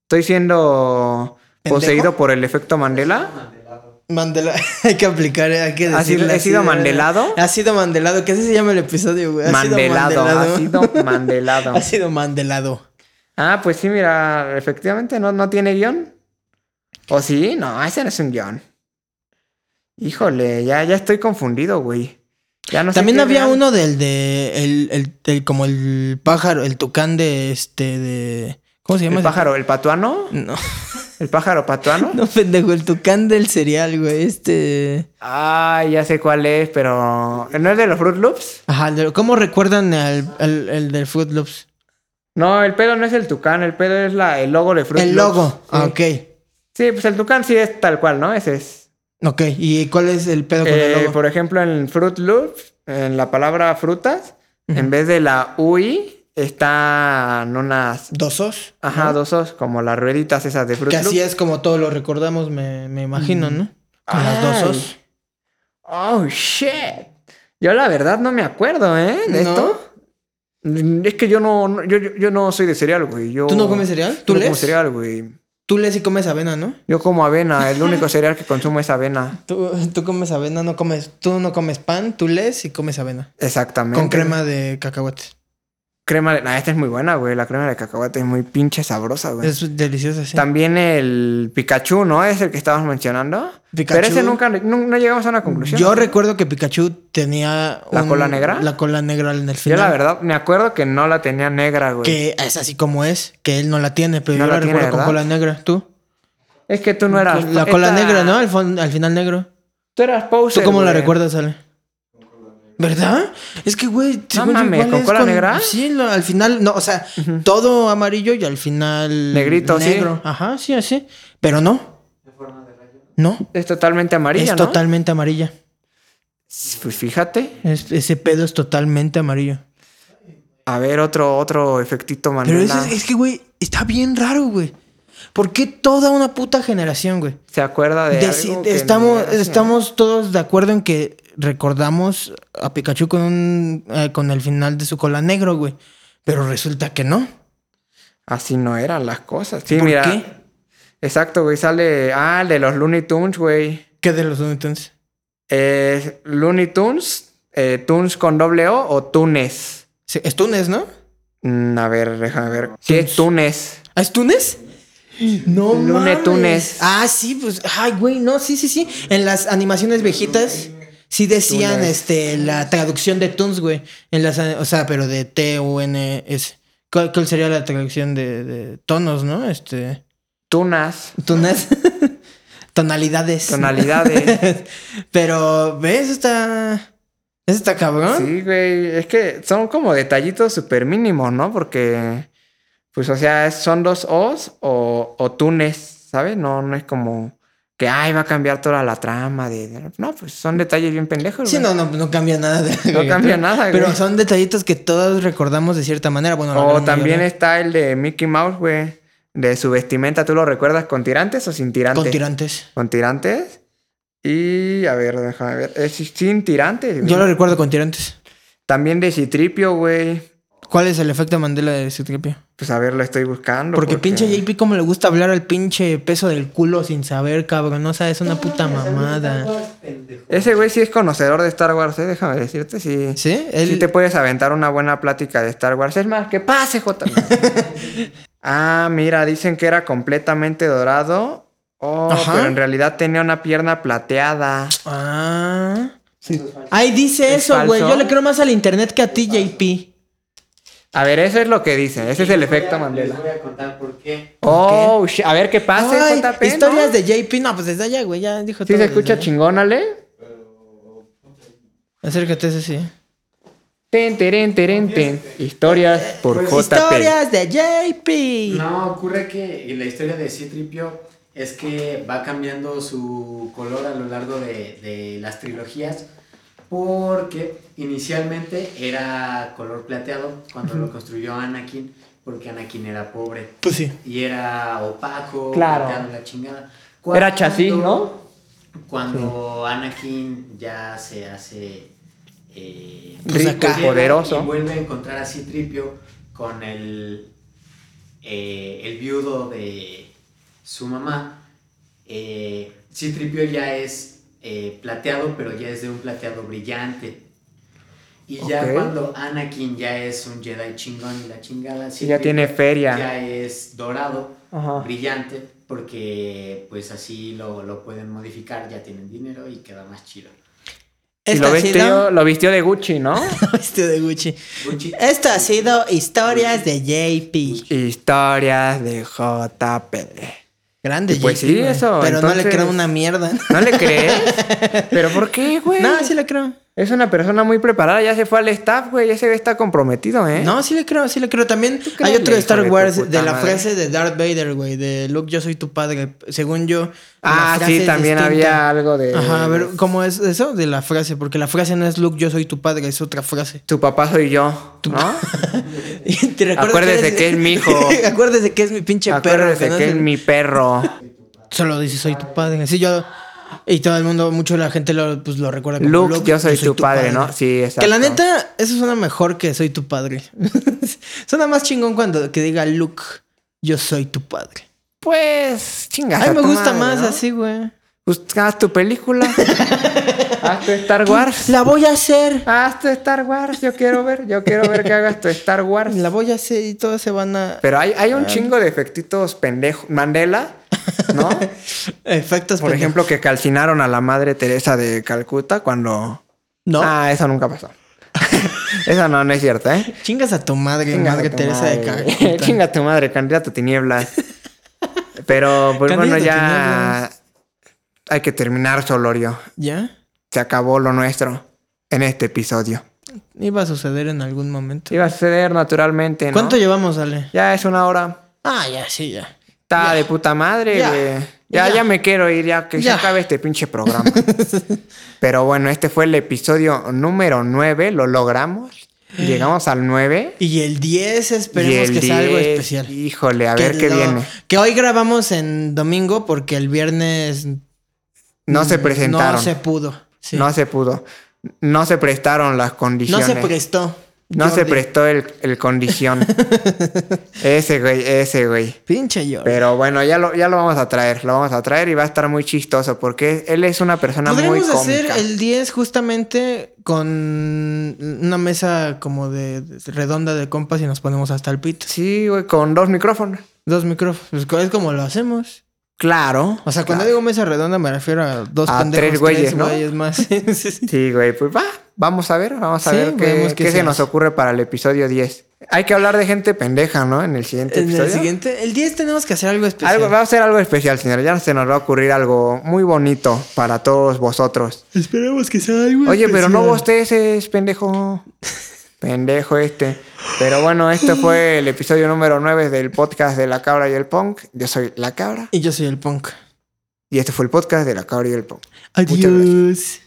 B: ¿Estoy siendo
A: ¿Pendejo?
B: poseído por el efecto Mandela?
A: Mandela, hay que aplicar, eh, hay que
B: ¿Ha sido-
A: decirle
B: he
A: así,
B: sido
A: de verdad.
B: mandelado?
A: Ha sido mandelado, que así se llama el episodio, güey. Ha sido
B: Mandelado, ha sido mandelado.
A: Ha sido mandelado.
B: Ah, pues sí, mira, efectivamente no, no tiene guión. ¿O sí? No, ese no es un guión. Híjole, ya, ya estoy confundido, güey. Ya no sé
A: También
B: qué
A: había
B: real-
A: uno del de el, el, el- como el pájaro, el tucán de este de ¿cómo se llama?
B: ¿El pájaro, el patuano?
A: No,
B: ¿El pájaro patuano?
A: no pendejo, el tucán del cereal, güey, este.
B: Ah, ya sé cuál es, pero. ¿No es de los Fruit Loops?
A: Ajá, de- ¿cómo recuerdan al, al- el del Fruit Loops?
B: No, el pedo no es el tucán, el pedo es la, el logo de Fruit
A: el
B: Loops.
A: logo.
B: Sí.
A: Ah, ok.
B: Sí, pues el tucán sí es tal cual, ¿no? Ese es.
A: Ok, ¿y cuál es el pedo con
B: Eh,
A: el logo?
B: por ejemplo, en Fruit Loops, en la palabra frutas, en vez de la UI, están unas.
A: Dosos.
B: Ajá, dosos, como las rueditas esas de Fruit
A: Que así
B: Loops.
A: es como todos lo recordamos, me, me imagino, ¿no? Con las
B: Ay.
A: dosos.
B: Oh, shit. Yo la verdad no me acuerdo, ¿eh? De
A: ¿No?
B: esto. Mm, Es que yo no, no- yo, yo- yo no soy de cereal, güey. Yo,
A: ¿Tú no comes cereal?
B: Yo
A: ¿Tú
B: no
A: lees?
B: como cereal, güey.
A: Tú lees y comes avena, ¿no?
B: Yo como avena. El único cereal que consumo es avena.
A: Tú, tú comes avena, no comes, tú no comes pan, tú lees y comes avena.
B: Exactamente.
A: Con crema de cacahuates.
B: Crema de... Nah, esta es muy buena, güey. La crema de cacahuate es muy pinche sabrosa, güey.
A: Es deliciosa, sí.
B: También el Pikachu, ¿no? Es el que estabas mencionando.
A: Pikachu.
B: Pero ese nunca... No, no llegamos a una conclusión.
A: Yo recuerdo que Pikachu tenía...
B: ¿La cola negra?
A: La cola negra en el
B: Yo
A: final.
B: la verdad me acuerdo que no la tenía negra, güey.
A: Que es así como es, que él no la tiene, pero
B: No
A: yo
B: la
A: la,
B: tiene,
A: recuerdo con
B: ¿verdad?
A: cola negra. ¿Tú?
B: Es que tú no eras...
A: la cola
B: esta-
A: negra, ¿no? Al, fon- al final negro.
B: Tú eras
A: ¿Tú
B: poser,
A: cómo la
B: güey.
A: recuerdas, Ale? ¿Verdad? Es que, güey... según yo
B: mames,
A: igual
B: ¿con
A: es
B: cola negra?
A: Sí, lo- al final... No, o sea, todo amarillo y al final...
B: Negrito, sí.
A: negro. Ajá, sí, así. Pero no. ¿De forma de rayo? No.
B: Es totalmente amarilla,
A: es
B: ¿no?
A: totalmente amarilla.
B: Pues fíjate.
A: Es- ese pedo es totalmente amarillo.
B: A ver, otro, otro efectito
A: Pero
B: Mandela.
A: eso es, es que, güey, está bien raro, güey. ¿Por qué toda una puta generación, güey?
B: ¿Se acuerda de,
A: De- si-
B: algo que
A: estamos,
B: no era?
A: estamos todos de acuerdo en que recordamos a Pikachu con, un, eh, con el final de su cola negro, güey. Pero resulta que no.
B: Así no eran las cosas. Sí,
A: ¿Por
B: mira.
A: qué?
B: Exacto, güey. Sale... Ah, el de los Looney Tunes, güey.
A: ¿Qué de los entonces?
B: Eh, Looney Tunes. eh, Tunes con doble O o Tunes.
A: Sí, ¿Es Túnez, no?
B: Mm, a ver, déjame ver. ¿Qué es Tunes?
A: ¿Ah, ¿Es Túnez? No,
B: Lune
A: mames.
B: Túnez.
A: Ah, sí, pues. Ay, güey, no, sí, sí, sí. En las animaciones viejitas. Sí decían
B: Túnez.
A: este la traducción de Tunes, güey. En las, o sea, pero de T U N E S. ¿Cuál, cuál sería la traducción de, de tonos, no? Este.
B: Tunas.
A: Tunes. Tonalidades.
B: Tonalidades.
A: pero, ¿ves? Está. Está cabrón.
B: Sí, güey. Es que son como detallitos súper mínimos, ¿no? Porque, pues, o sea, es- son dos O's o, o tunes, ¿sabes? No, no es como que, ay, va a cambiar toda la trama. De... de- No, pues son detalles bien pendejos.
A: Sí,
B: güey.
A: no, no, no cambia nada. de-
B: No cambia nada,
A: Pero
B: güey.
A: son detallitos que todos recordamos de cierta manera. Bueno, la
B: O
A: gran
B: también
A: mayoría.
B: está el de Mickey Mouse, güey. De su vestimenta, ¿tú lo recuerdas con tirantes o sin tirantes?
A: con tirantes.
B: Con tirantes. Y, a ver, déjame ver. Es sin tirantes. güey.
A: Yo lo recuerdo con tirantes.
B: También de Citripio, güey.
A: ¿Cuál es el efecto Mandela de Citripio?
B: Pues a ver, lo estoy buscando.
A: Porque, pinche JP, como le gusta hablar al pinche peso del culo sin saber, cabrón. No sabes, una puta mamada.
B: Ese güey sí es conocedor de Star Wars, ¿eh? déjame decirte. Sí.
A: ¿Sí?
B: Sí
A: Él-
B: te puedes aventar una buena plática de Star Wars. Es más, que pase, J. ah, mira, dicen que era completamente dorado. Oh,
A: Ajá.
B: pero en realidad tenía una pierna plateada.
A: Ah. Ay, dice
B: ¿Es
A: eso, güey.
B: falso? Ah.
A: Yo le creo más al internet que a ti, JP.
B: A ver, eso es lo que dicen. Ese es el efecto Mandela.
C: Les voy a contar por qué.
B: Oh, shi- a ver qué pase,
A: Ay,
B: JP. ¿no?
A: historias de JP. No, pues desde allá, güey. Ya dijo
B: Sí
A: todo
B: se
A: desde
B: escucha
A: allá.
B: chingón, Ale.
A: Acércate, ese sí.
B: Ten, teren, teren, ten. Historias por JP.
A: Pues Historias de JP.
C: No, ocurre que la historia de Citripio es que va cambiando su color a lo largo de, de las trilogías porque inicialmente era color plateado cuando lo construyó Anakin porque Anakin era pobre
A: Pues sí.
C: y era opaco,
B: Claro.
C: plateado la chingada.
B: Era chasis,
C: Cuando-
B: ¿no?
C: Cuando Anakin ya se hace eh,
A: Pues
B: Rico,
A: acá.
C: llega
B: poderoso.
C: Y vuelve a encontrar a Citripio con el, eh, el viudo de su mamá. Eh, Citripio ya es eh, plateado, pero ya es de un plateado brillante. Y ya
B: Ok.
C: cuando Anakin ya es un Jedi chingón y la chingada,
B: Sí, ya tiene feria.
C: ya es dorado,
B: Ajá.
C: brillante, porque pues así lo, lo pueden modificar, ya tienen dinero y queda más chido.
B: Y
A: Esta
B: lo
A: ha
B: vistió,
A: sido.
B: lo vistió de Gucci, ¿no?
A: Este de Gucci.
C: Gucci.
A: Esto ha sido historias de JP.
B: Historias de JP.
A: Grande
B: Y pues
A: JP.
B: sí,
A: güey.
B: eso,
A: Pero no le
B: entonces-
A: creo una mierda.
B: ¿No le crees? ¿Pero por qué, güey?
A: No, sí le creo.
B: Es una persona muy preparada, ya se fue al staff, güey. Ese güey está comprometido, ¿eh?
A: No, sí le creo, sí le creo. También hay
B: créele,
A: otro de Star
B: hijo de tu
A: Wars de,
B: puta
A: la
B: madre.
A: frase de Darth Vader, güey, de Luke, yo soy tu padre. Según yo. la
B: Ah,
A: frase
B: sí,
A: es
B: también había
A: distinta.
B: algo de.
A: Ajá, a ver, ¿cómo es eso de la frase? Porque la frase no es Luke, yo soy tu padre, es otra frase.
B: Tu papá soy yo, ¿no?
A: Y te recuerdo
B: Acuérdese
A: eres-
B: que es mi hijo.
A: Acuérdese que es mi pinche perro.
B: Acuérdese
A: no
B: que
A: sé-
B: es mi perro.
A: Solo dice soy tu padre. Sí, yo. Y todo el mundo, mucho de la gente lo, pues, lo recuerda como
B: Luke, yo soy tu padre, ¿no? Sí, exacto.
A: Que la neta, eso suena mejor que soy tu padre. suena más chingón cuando que diga Luke, yo soy tu padre.
B: Pues, chingas.
A: A mí me
B: a tu
A: gusta
B: madre,
A: más
B: ¿no?
A: así, güey.
B: Pues, haz tu película. haz tu
A: Pues,
B: Star Wars.
A: La voy a hacer.
B: Haz tu Star Wars. Yo quiero ver, yo quiero ver que hagas tu Star Wars.
A: La voy a hacer y todos se van a.
B: Pero hay,
A: Ah.
B: hay un chingo de efectitos pendejos. Mandela, ¿no?
A: Efectos,
B: Por
A: pendejos.
B: ejemplo, que calcinaron a la madre Teresa de Calcuta cuando.
A: No.
B: Ah, eso nunca pasó. Esa no, no es cierta, ¿eh?
A: Chingas a tu madre,
B: Chinga
A: madre
B: tu
A: Teresa de
B: madre.
A: Calcuta.
B: Chinga tu madre, candidato tinieblas. Pero pues, bueno,
A: Candidato
B: ya
A: Tinieblas.
B: hay que terminar, Solorio.
A: ¿Ya?
B: Se acabó lo nuestro en este episodio.
A: Iba a suceder en algún momento.
B: Iba a suceder naturalmente, ¿no?
A: ¿Cuánto llevamos, Ale?
B: Ya es una hora.
A: Ah, ya, sí, ya.
B: Está de puta madre,
A: Ya.
B: güey. Ya,
A: Ya.
B: ya, me quiero ir, ya que
A: Ya.
B: se acabe este pinche programa. Pero bueno, este fue el episodio número 9, lo logramos. Llegamos al 9.
A: Y el 10 Eh. esperemos
B: y el
A: que sea algo
B: 10,
A: especial.
B: Híjole, a ver qué
A: lo-
B: viene.
A: Que hoy grabamos en domingo porque el viernes
B: No se presentaron.
A: Mm, no se pudo. sí. No,
B: No se pudo. No se prestaron las condiciones.
A: se prestó.
B: No se
A: Jordi.
B: prestó el, el condición. ese güey, ese güey.
A: Pinche yo.
B: Pero bueno, ya lo, ya lo vamos a traer. Lo vamos a traer y va a estar muy chistoso porque él es una persona muy
A: Podríamos
B: cómica.
A: hacer el 10 justamente con una mesa como de, de- redonda de compas y nos ponemos hasta el pito.
B: Sí, güey, con dos micrófonos.
A: Dos micrófonos. Pues Es como lo hacemos.
B: Claro.
A: O sea, cuando digo mesa redonda me refiero a dos
B: A
A: pendejos,
B: tres güeyes, ¿no?
A: más. Sí, sí, sí.
B: Sí, güey, pues va. Vamos a ver, vamos a
A: Sí,
B: ver qué,
A: vemos qué
B: qué
A: se
B: se nos
A: hace.
B: ocurre para el episodio 10. Hay que hablar de gente pendeja, ¿no? En el siguiente
A: En
B: episodio.
A: el siguiente, el 10 tenemos que hacer algo especial.
B: Algo, va a ser algo especial, señor. Ya se nos va a ocurrir algo muy bonito para todos vosotros.
A: Esperemos que sea algo
B: Oye, pero no
A: especial.
B: bosteces, pendejo. Pendejo este. Pero bueno, este fue el episodio número 9 del podcast de La Cabra y el Punk. Yo soy La Cabra.
A: Y yo soy el punk.
B: Y este fue el podcast de La Cabra y el Punk. Muchas gracias.
A: Adiós.